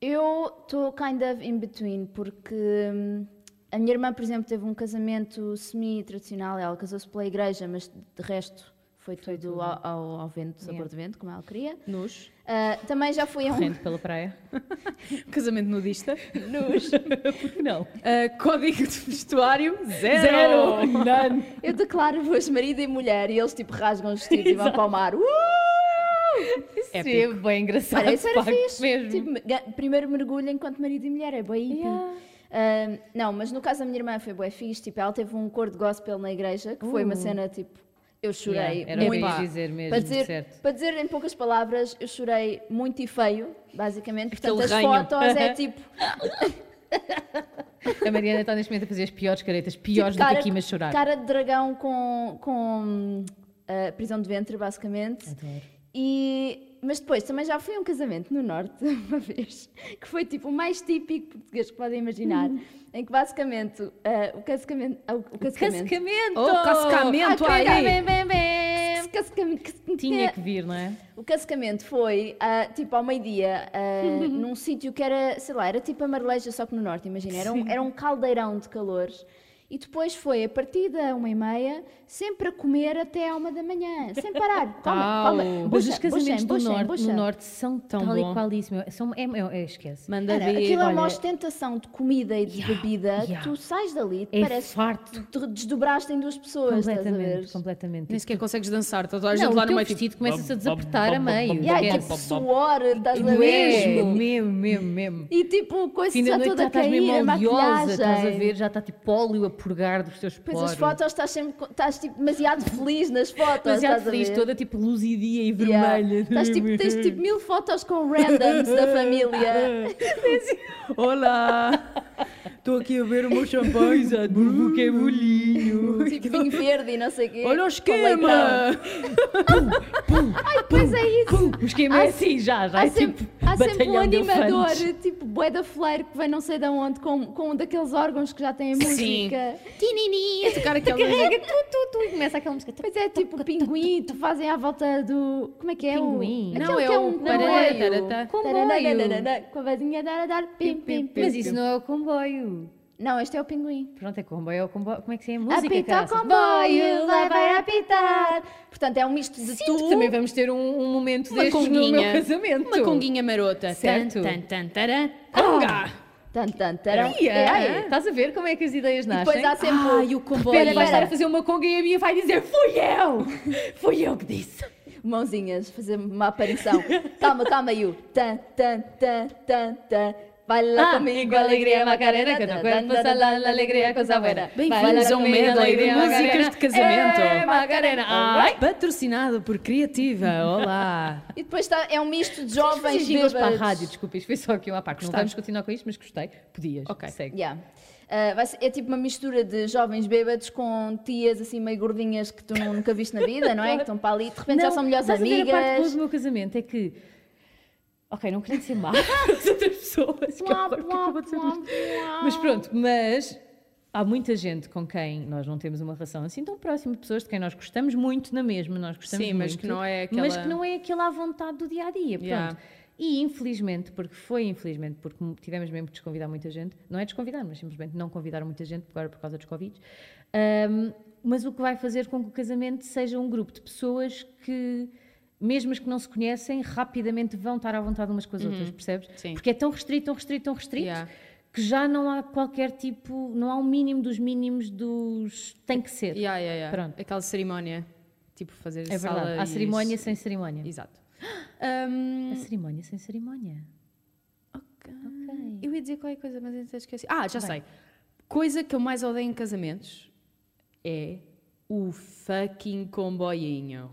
Speaker 3: Eu estou kind of in between, porque hum, a minha irmã, por exemplo, teve um casamento semi-tradicional, ela casou-se pela igreja, mas de resto foi, tudo, ao, ao- ao vento, sabor do vento, como ela queria.
Speaker 1: Nos.
Speaker 3: Ah, também já fui a um.
Speaker 2: Correndo pela [laughs] praia.
Speaker 1: Casamento nudista. Nos.
Speaker 2: Por que não?
Speaker 1: Ah, código de vestuário, zero.
Speaker 2: None.
Speaker 3: [laughs] Eu declaro-vos marido e mulher e eles tipo rasgam os vestidos e vão para o mar. Uh!
Speaker 2: [laughs] Isso é
Speaker 1: Épico.
Speaker 2: bem engraçado.
Speaker 3: Olha, isso era
Speaker 2: de facto,
Speaker 3: fixe.
Speaker 2: Mesmo.
Speaker 3: Tipo, ga- primeiro mergulho enquanto marido e mulher, é boa hippie. Ah, não, mas no caso da minha irmã foi boa fixe, tipo, ela teve um cor de gospel na igreja, que foi uma cena tipo, eu chorei
Speaker 2: Uh. Yeah, era o que
Speaker 3: muito.
Speaker 2: eu ia
Speaker 1: Epá.
Speaker 2: dizer mesmo,
Speaker 3: para dizer,
Speaker 2: certo.
Speaker 3: para dizer em poucas palavras, eu chorei muito e feio, basicamente. Portanto,
Speaker 1: Aquele
Speaker 3: as
Speaker 1: ranho.
Speaker 3: fotos é tipo.
Speaker 2: A Mariana está neste momento a fazer as piores caretas, piores
Speaker 3: tipo,
Speaker 2: do que aqui, mas chorar.
Speaker 3: Cara de dragão com, com ah, prisão de ventre, basicamente.
Speaker 2: Adoro.
Speaker 3: E, mas depois também já fui a um casamento no Norte, [laughs] uma vez, que foi tipo o mais típico português que podem imaginar, em que basicamente ah, o casamento. ah, o- o casamento.
Speaker 2: Cascamento!
Speaker 1: Oh, cascamento
Speaker 3: Ah,
Speaker 1: aí.
Speaker 3: bem, bem, bem. Cascamento.
Speaker 2: Tinha que vir, não é?
Speaker 3: O casamento foi ah, tipo ao meio-dia,
Speaker 2: [laughs]
Speaker 3: ah, num sítio que era, sei lá, era tipo a Marleja, só que no norte, imagina, era um, era um caldeirão de calor. E depois foi a partir da uma e meia, sempre a comer até à uma da manhã, sem
Speaker 2: [laughs]
Speaker 3: parar. Calma,
Speaker 1: Au.
Speaker 3: calma.
Speaker 1: Mas
Speaker 2: Mas
Speaker 3: Bucha,
Speaker 2: os casamentos
Speaker 3: bucha,
Speaker 2: do
Speaker 3: bucha,
Speaker 2: norte,
Speaker 3: bucha.
Speaker 2: no norte são tão
Speaker 1: Tão
Speaker 2: tal e
Speaker 1: bom.
Speaker 2: qual isso, meu. São, é, é, é, esquece.
Speaker 1: Manda
Speaker 3: Cara,
Speaker 1: vir.
Speaker 3: aquilo é uma
Speaker 1: olha,
Speaker 3: ostentação de comida e de bebida
Speaker 2: yeah.
Speaker 3: que tu sais dali,
Speaker 2: É
Speaker 3: parece
Speaker 2: farto.
Speaker 3: que te desdobraste em duas pessoas, estás a ver?
Speaker 2: Completamente, completamente.
Speaker 1: Nem sequer consegues dançar, estás a
Speaker 2: Não,
Speaker 1: lá
Speaker 2: o
Speaker 1: no
Speaker 2: teu
Speaker 1: meio
Speaker 2: vestido começa-se a desapertar a meio.
Speaker 3: Yeah, e,
Speaker 2: esquece.
Speaker 3: tipo suor, estás a ver?
Speaker 2: É Mesmo, mesmo, mesmo, mesmo.
Speaker 3: E tipo, coisa
Speaker 2: Fim da
Speaker 3: já
Speaker 2: noite
Speaker 3: toda
Speaker 2: já
Speaker 3: a
Speaker 2: estás
Speaker 3: cair,
Speaker 2: mesmo
Speaker 3: a
Speaker 2: oleosa, estás a
Speaker 3: maquilhagem.
Speaker 2: ver, já está tipo óleo a purgar dos teus
Speaker 3: Depois
Speaker 2: poros.
Speaker 3: as fotos estás sempre co- estás tipo demasiado [laughs] feliz nas fotos.
Speaker 2: demasiado
Speaker 3: estás a
Speaker 2: feliz,
Speaker 3: ver?
Speaker 2: toda tipo luzidia e
Speaker 3: Yeah.
Speaker 2: vermelha. é
Speaker 3: Estás, tipo, tens tipo mil fotos com randoms da família.
Speaker 1: Olá! Estou aqui a ver o meu champanhe, exato. Burbuque é bolinho.
Speaker 3: tipo vinho verde e não sei o quê. Oh
Speaker 1: Olha o
Speaker 3: com
Speaker 1: esquema!
Speaker 3: leitão. é Ai, pois é isso.
Speaker 2: O esquema é assim, já, já
Speaker 3: Há
Speaker 2: é
Speaker 3: sempre,
Speaker 2: tipo
Speaker 3: há sempre um
Speaker 2: batalhão de
Speaker 3: animador,
Speaker 2: elefantes.
Speaker 3: tipo bué da fleiro que vem não sei de onde, com, com um daqueles órgãos que já têm a
Speaker 1: Sim.
Speaker 3: música.
Speaker 4: Tinini.
Speaker 2: [laughs]
Speaker 1: Tocar aquela
Speaker 2: Carrega, tu, tu, tu, e começa aquela música.
Speaker 3: Pois é, tipo pinguim, tu fazem à volta do... Como é que é
Speaker 2: Pinguim?
Speaker 3: o... Aquele
Speaker 1: Não, é
Speaker 3: que é
Speaker 1: o
Speaker 3: um
Speaker 1: parará,
Speaker 3: comboio.
Speaker 1: taratá.
Speaker 3: Tarananananana, Com a vozinha dar, dar, pim, pim, pim.
Speaker 2: Mas isso não é o comboio.
Speaker 3: Não, este é o pinguim.
Speaker 2: Pronto, é comboio, é o comboio. Como é que se é a música?
Speaker 3: Apita o
Speaker 2: caraças?
Speaker 3: Ah, comboio, lá vai apitar. Portanto, é um misto de
Speaker 2: Sinto que
Speaker 3: tu.
Speaker 2: também vamos ter um, um momento
Speaker 1: Uma
Speaker 2: destes no meu
Speaker 1: conguinha.
Speaker 2: casamento.
Speaker 1: Uma conguinha marota.
Speaker 2: Certo. Ah,
Speaker 1: Tan, tan, tarã. Conga!
Speaker 3: Tan, tan, taram.
Speaker 2: Yeah.
Speaker 3: É, é.
Speaker 2: Estás a ver como um- é que as ideias
Speaker 3: E
Speaker 2: nascem?
Speaker 3: depois há sempre.
Speaker 1: Ah, e o
Speaker 2: Pera,
Speaker 1: comboio.
Speaker 2: vai estar
Speaker 3: Espera.
Speaker 2: a fazer uma conga e a minha vai dizer Fui eu! Fui eu que disse!
Speaker 3: Mãozinhas, fazer uma
Speaker 2: [laughs]
Speaker 3: aparição. calma, calma, Yu. Tan, tan, tan, tan, tan. Vai lá
Speaker 2: Ah,
Speaker 3: comigo,
Speaker 2: com
Speaker 3: alegria,
Speaker 2: alegria,
Speaker 3: Macarena,
Speaker 2: Macarena,
Speaker 3: que
Speaker 2: que
Speaker 3: eu
Speaker 2: não quero passar lá na é alegria, coisa buena.
Speaker 1: Bem,
Speaker 2: Baila
Speaker 1: vamos a um
Speaker 2: comigo,
Speaker 1: medley de
Speaker 2: alegria,
Speaker 1: músicas
Speaker 2: Macarena.
Speaker 1: de casamento.
Speaker 2: Eh, Macarena! Ai!
Speaker 1: Patrocinado por Criativa.
Speaker 2: [laughs]
Speaker 1: Olá!
Speaker 3: E depois tá- é um misto de
Speaker 2: Vamos fazer
Speaker 3: jovens
Speaker 2: jingles para a
Speaker 3: bêbados.
Speaker 2: rádio, desculpa, isto foi só aqui uma parte. Não
Speaker 1: Gostaste?
Speaker 2: vamos continuar com isto, mas gostei. Podias.
Speaker 1: Ok.
Speaker 2: Segue.
Speaker 3: Yeah. Ah, vai ser- é tipo uma mistura de jovens bêbados com tias assim meio gordinhas que tu nunca viste na
Speaker 2: [laughs]
Speaker 3: vida, não é? Que estão para ali e de repente já
Speaker 2: Não,
Speaker 3: são melhores
Speaker 2: estás a ver
Speaker 3: amigas.
Speaker 2: A parte boa do meu casamento é que. Ok, não querendo ser má as outras pessoas. que horror, o que é que eu vou dizer nisto? Mas pronto, mas há muita gente com quem nós não temos uma relação assim tão próxima, de pessoas de quem nós gostamos muito na mesma, nós gostamos
Speaker 1: Sim, mas
Speaker 2: muito,
Speaker 1: que não é
Speaker 2: mas
Speaker 1: aquela-
Speaker 2: que não é aquela à vontade do dia a dia. Pronto.
Speaker 1: Yeah.
Speaker 2: E infelizmente, porque foi infelizmente, porque tivemos mesmo que desconvidar muita gente, não é desconvidar, mas simplesmente não convidaram muita gente agora por causa dos Covid, ahm, mas o que vai fazer com que o casamento seja um grupo de pessoas que, mesmo as que não se conhecem, rapidamente vão estar à vontade umas com as outras, percebes?
Speaker 1: Uhum. Sim.
Speaker 2: Porque é tão restrito, tão restrito, tão restrito,
Speaker 1: Yeah.
Speaker 2: que já não há qualquer tipo, não há o mínimo dos mínimos dos tem que ser.
Speaker 1: Yeah, yeah, yeah.
Speaker 2: Pronto.
Speaker 1: Aquela cerimónia. Tipo, fazer
Speaker 2: É
Speaker 1: sala
Speaker 2: verdade, há
Speaker 1: e-
Speaker 2: cerimónia sem cerimónia.
Speaker 1: Exato. Ahm,
Speaker 2: A cerimónia sem cerimónia.
Speaker 1: ok. Eu ia dizer qualquer coisa, mas antes esqueci. Ah, já sei. Coisa que eu mais odeio em casamentos é o fucking comboinho.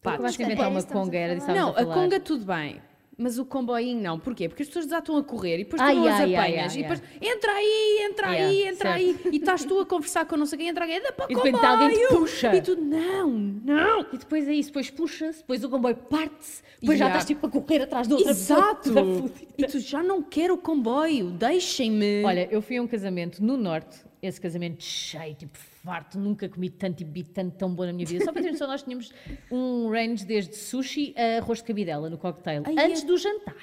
Speaker 1: Pá,
Speaker 2: Tu acabaste de
Speaker 3: desculpa,
Speaker 2: inventar é uma
Speaker 3: isso estamos a
Speaker 2: conga, era disso que
Speaker 1: Não,
Speaker 2: estávamos
Speaker 1: a
Speaker 2: falar.
Speaker 1: conga tudo bem. Mas o comboinho não. Porquê? Porque as pessoas já estão a correr e depois
Speaker 2: Ai,
Speaker 1: tu não as
Speaker 2: ai,
Speaker 1: apanhas.
Speaker 2: ai, ai,
Speaker 1: e depois, entra aí, entra aí,
Speaker 2: Yeah,
Speaker 1: entra aí. E estás tu a conversar com não sei quem, entra aí, anda para o
Speaker 2: E de
Speaker 1: comboio.
Speaker 2: repente alguém te puxa.
Speaker 1: E tu, não, não.
Speaker 2: E depois é isso, depois puxa-se, depois o comboio parte-se, depois já
Speaker 1: Yeah.
Speaker 2: estás tipo a correr atrás de outra
Speaker 1: Exato.
Speaker 2: pessoa. toda fodida.
Speaker 1: E tu já não quero o comboio, deixem-me.
Speaker 2: Olha, eu fui a um casamento no Norte, esse casamento cheio, tipo farto, nunca comi tanto e bebi tanto tão bom na minha vida. Só para ter noção, nós tínhamos um range desde sushi a arroz de cabidela no cocktail,
Speaker 1: Ai,
Speaker 2: antes do jantar.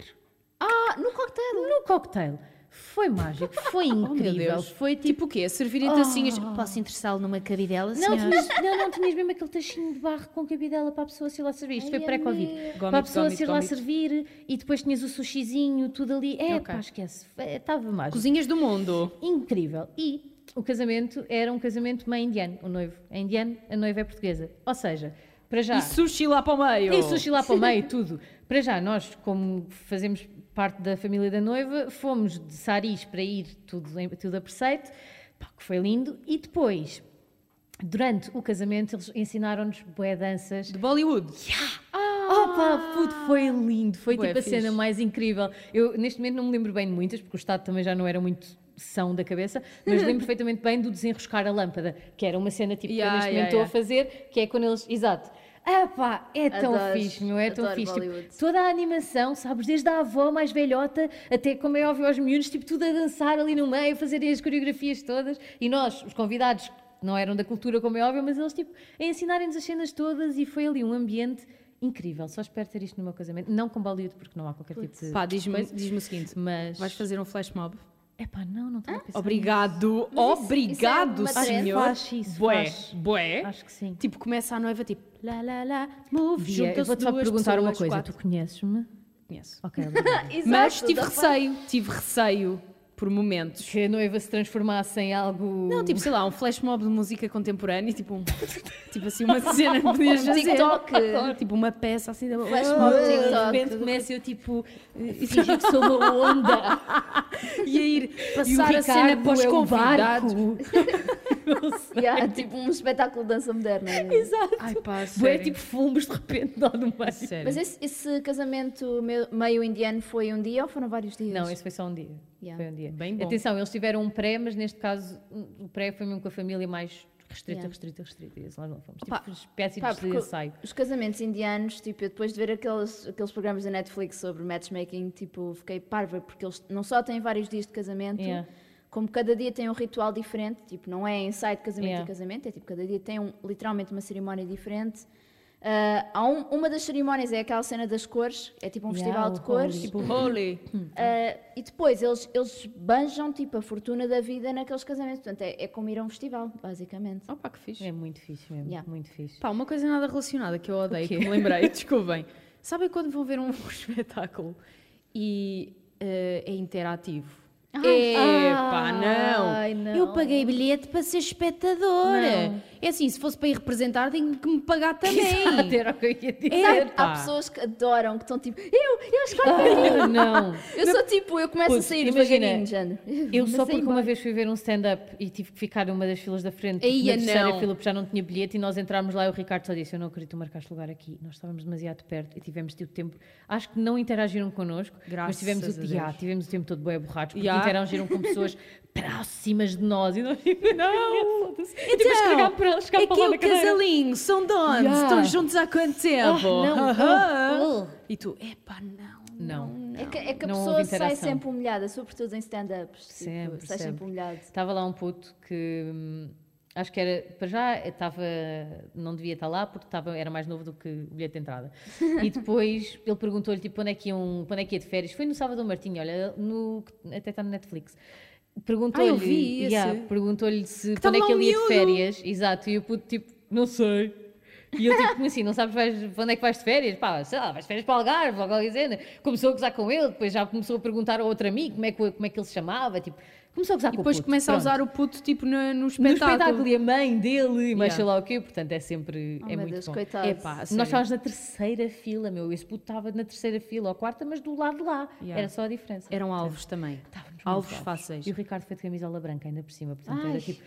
Speaker 3: Ah, no cocktail.
Speaker 2: No cocktail. Foi mágico, foi
Speaker 1: Oh, meu
Speaker 2: incrível.
Speaker 1: Deus.
Speaker 2: foi tipo.
Speaker 1: Tipo o quê? Servirem-te assim. as-
Speaker 4: Posso interessá-lo numa cabidela,
Speaker 2: Não,
Speaker 4: senhor?
Speaker 2: tinhas, não, não, tinhas mesmo aquele tachinho de barro com cabidela para a pessoa se ir lá servir. Isto foi
Speaker 3: Ai,
Speaker 2: pré-Covid.
Speaker 3: amiga.
Speaker 2: para a
Speaker 1: Gomito,
Speaker 2: pessoa se ir
Speaker 1: gomito,
Speaker 2: lá
Speaker 1: gomito.
Speaker 2: servir e depois tinhas o sushizinho, tudo ali. É,
Speaker 1: Ok.
Speaker 2: pá, esquece. É, Estava mágico.
Speaker 1: Cozinhas do mundo.
Speaker 2: Incrível. E o casamento era um casamento meio indiano. O noivo é indiano, a noiva é portuguesa. Ou seja, para já.
Speaker 1: E sushi lá para o meio.
Speaker 2: Tá. E sushi lá para o meio, tudo. Para já, nós, como fazemos parte da família da noiva, fomos de Saris para ir tudo, em- tudo a preceito, pá, que foi lindo. E depois, durante o casamento, eles ensinaram-nos boé danças.
Speaker 1: De Bollywood.
Speaker 2: Opa, puto, foi lindo. Foi
Speaker 1: Bué
Speaker 2: tipo a
Speaker 1: fixe.
Speaker 2: cena mais incrível. Eu, neste momento, não me lembro bem de muitas, porque o Estado também já não era muito são da cabeça, mas lembro
Speaker 1: [laughs]
Speaker 2: perfeitamente bem do desenroscar a lâmpada, que era uma cena tipo
Speaker 1: Yeah,
Speaker 2: que eu neste
Speaker 1: yeah,
Speaker 2: momento estou
Speaker 1: yeah.
Speaker 2: a fazer, que é quando eles. Exato. Ah pá, é tão
Speaker 3: Adoro,
Speaker 2: fixe, meu, é tão
Speaker 3: adoro
Speaker 2: fixe. Tipo,
Speaker 3: Bollywood.
Speaker 2: toda a animação, sabes, desde a avó mais velhota até, como é óbvio, aos miúdos, tipo, tudo a dançar ali no meio, fazerem as coreografias todas. E nós, os convidados, não eram da cultura, como é óbvio, mas eles, tipo, a ensinarem-nos as cenas todas e foi ali um ambiente incrível. Só espero ter isto no meu casamento. Não com Bollywood, porque não há qualquer tipo de.
Speaker 1: Pá, diz-me
Speaker 2: coisa,
Speaker 1: diz o seguinte.
Speaker 2: Mas.
Speaker 1: Vais fazer um flash mob?
Speaker 2: É pá, não, não estou a pensar.
Speaker 1: Obrigado,
Speaker 3: Mas isso-
Speaker 1: obrigado,
Speaker 3: isso é uma trend?
Speaker 1: senhor.
Speaker 2: Faz isso,
Speaker 1: bué,
Speaker 2: faz.
Speaker 1: bué.
Speaker 2: nisso. Acho que sim.
Speaker 1: Tipo, começa a noiva, tipo, lá, lá, lá, move,
Speaker 2: Via, eu
Speaker 1: junta-se
Speaker 2: vou-te só
Speaker 1: duas
Speaker 2: perguntar uma
Speaker 1: pessoas,
Speaker 2: coisa.
Speaker 1: quatro.
Speaker 2: Tu conheces-me?
Speaker 1: Conheço. [laughs]
Speaker 2: Ok, obrigada.
Speaker 3: Exato,
Speaker 1: Mas tive
Speaker 2: tipo,
Speaker 3: da-
Speaker 1: receio, tive receio por momentos.
Speaker 2: que a noiva se transformasse em algo.
Speaker 1: Não, tipo, sei lá, um flash mob de música contemporânea, tipo, um, tipo assim, [laughs] uma cena que podias
Speaker 3: Um
Speaker 1: fazer.
Speaker 3: TikTok.
Speaker 1: Tipo, uma peça assim. Da...
Speaker 3: Flash
Speaker 1: Oh,
Speaker 3: mob
Speaker 2: Ah, De
Speaker 3: TikTok.
Speaker 2: repente começo eu tipo fingir que sou uma [laughs] onda
Speaker 1: E a ir
Speaker 2: e o
Speaker 1: passar a cena
Speaker 2: Ricardo
Speaker 1: para os
Speaker 2: é um
Speaker 1: convidados.
Speaker 2: barco.
Speaker 3: [laughs] Yeah, tipo um espetáculo de dança moderna.
Speaker 2: [laughs] Exato.
Speaker 1: Ai pá,
Speaker 2: Bué,
Speaker 1: sério.
Speaker 2: tipo fumos de repente lá no meio.
Speaker 1: sério.
Speaker 3: Mas esse, esse casamento meu- meio indiano foi um dia ou foram vários dias?
Speaker 2: Não, esse foi só um dia.
Speaker 3: Yeah.
Speaker 2: Foi um dia.
Speaker 1: Bem bom.
Speaker 2: Atenção, eles tiveram um pré, mas neste caso um- o pré foi mesmo com a família mais restrita,
Speaker 3: Yeah.
Speaker 2: restrita, restrita. E esse lá não fomos.
Speaker 1: Opa.
Speaker 2: Tipo espécie
Speaker 3: Pá,
Speaker 2: de
Speaker 3: porque
Speaker 2: ensaio.
Speaker 3: Os casamentos indianos, tipo, eu depois de ver aqueles, aqueles programas da Netflix sobre matchmaking, tipo, fiquei parva, porque eles não só têm vários dias de casamento,
Speaker 2: Yeah.
Speaker 3: como cada dia tem um ritual diferente, tipo, não é ensaio de casamento
Speaker 2: Yeah.
Speaker 3: e casamento, é tipo, cada dia tem um- literalmente uma cerimónia diferente. Ah, há um- uma das cerimónias é aquela cena das cores, é tipo um
Speaker 2: Yeah,
Speaker 3: festival
Speaker 2: o
Speaker 3: de cores.
Speaker 2: Holi.
Speaker 1: Tipo, holy.
Speaker 3: Ah, e depois eles, eles banjam tipo a fortuna da vida naqueles casamentos. Portanto, é, é como ir a um festival, basicamente.
Speaker 1: Opa, que fixe.
Speaker 2: É muito fixe mesmo,
Speaker 3: Yeah.
Speaker 2: muito fixe.
Speaker 1: Pá, uma coisa nada relacionada que eu odeio,
Speaker 2: quê?
Speaker 1: que me
Speaker 2: [laughs]
Speaker 1: lembrei, desculpem. Sabem quando vão ver um [laughs] espetáculo e eh, é interativo? Epá, não.
Speaker 2: Ah, ai, não.
Speaker 1: Eu paguei bilhete para ser espectadora.
Speaker 2: Não.
Speaker 1: É assim, se fosse para ir representar, tenho que me pagar
Speaker 2: [laughs] Exato,
Speaker 1: também.
Speaker 2: era o que eu ia dizer.
Speaker 1: É,
Speaker 3: Há
Speaker 1: pá.
Speaker 3: pessoas que adoram, que estão tipo, eu, eu
Speaker 2: [laughs]
Speaker 3: escolho para mim.
Speaker 2: Ah, não.
Speaker 3: Eu sou tipo, eu começo a
Speaker 2: Putz,
Speaker 3: sair
Speaker 2: imagina,
Speaker 3: devagarinho, de género.
Speaker 2: Eu
Speaker 3: Mas
Speaker 2: só
Speaker 3: é
Speaker 2: porque
Speaker 3: embora.
Speaker 2: uma vez fui ver um stand-up e tive que ficar numa das filas da frente, porque
Speaker 1: Eia,
Speaker 2: na terceira
Speaker 1: não.
Speaker 2: fila porque já não tinha bilhete e nós entrámos lá e o Ricardo só disse, eu não acredito que tu marcaste lugar aqui, nós estávamos demasiado perto e tivemos tipo tempo, acho que não interagiram connosco,
Speaker 1: Graças
Speaker 2: mas tivemos
Speaker 1: a
Speaker 2: o, Ya,
Speaker 1: Deus.
Speaker 2: tivemos o tempo todo bem borrados, porque
Speaker 1: Ya.
Speaker 2: interagiram com
Speaker 1: [laughs]
Speaker 2: pessoas próximas de nós e nós tipo, [laughs] não, foda-se. Tivemos que chegar para, chegar
Speaker 1: aqui Então,
Speaker 2: para lá
Speaker 1: é
Speaker 2: na
Speaker 1: o
Speaker 2: cadeira.
Speaker 1: casalinho, são donos,
Speaker 2: Yeah.
Speaker 1: estão juntos há quanto tempo?
Speaker 2: não,
Speaker 1: Ah,
Speaker 2: oh, oh.
Speaker 1: E tu, epá, não,
Speaker 2: Não.
Speaker 1: não, [laughs] não.
Speaker 3: É que, é que a
Speaker 2: Não houve
Speaker 3: pessoa sai
Speaker 2: interação.
Speaker 3: sempre humilhada, sobretudo em stand-ups. tipo,
Speaker 2: Sempre,
Speaker 1: Ah,
Speaker 3: sai sempre
Speaker 2: sempre.
Speaker 3: humilhada.
Speaker 2: Estava lá um puto que hum, Acho que era, para já, estava, não devia estar lá porque estava, era mais novo do que o bilhete
Speaker 1: [laughs]
Speaker 2: de entrada. E depois ele perguntou-lhe tipo, quando, é que iam, quando é que ia de férias. Foi no Salvador Martinho, olha, no, até está no Netflix. Perguntou-lhe
Speaker 1: Ah, eu vi esse.
Speaker 2: yeah, perguntou-lhe se
Speaker 1: Que
Speaker 2: quando é
Speaker 1: estava
Speaker 2: que
Speaker 1: lá um
Speaker 2: ele ia de
Speaker 1: miúdo.
Speaker 2: férias. Exato, e o puto tipo, não sei. E ele tipo, como assim, não sabes vais, quando é que vais de férias? Pá, sei lá, vais de férias para o Algarve, ou qualquer cena. Começou a gozar com ele, depois já começou a perguntar a outro amigo como é que, como é que ele se chamava, tipo, começou a gozar
Speaker 1: E
Speaker 2: com
Speaker 1: depois
Speaker 2: o puto.
Speaker 1: começa a
Speaker 2: pronto
Speaker 1: usar o puto tipo no, no
Speaker 2: no
Speaker 1: espetáculo.
Speaker 2: espetáculo e a mãe dele, e
Speaker 1: Yeah.
Speaker 2: mais sei lá o quê, portanto é sempre
Speaker 3: Oh,
Speaker 2: é
Speaker 3: meu
Speaker 2: muito
Speaker 3: Deus,
Speaker 2: bom.
Speaker 3: coitado.
Speaker 1: Epá, a sério.
Speaker 2: Nós estávamos na terceira fila, meu, esse puto estava na terceira fila ou quarta, mas do lado de lá,
Speaker 1: Yeah. um
Speaker 2: era só a diferença.
Speaker 1: Eram alvos também.
Speaker 2: Estávamos muito
Speaker 1: Alvos fáceis.
Speaker 2: E o Ricardo foi de camisola branca ainda por cima, portanto
Speaker 3: Ai.
Speaker 2: era tipo...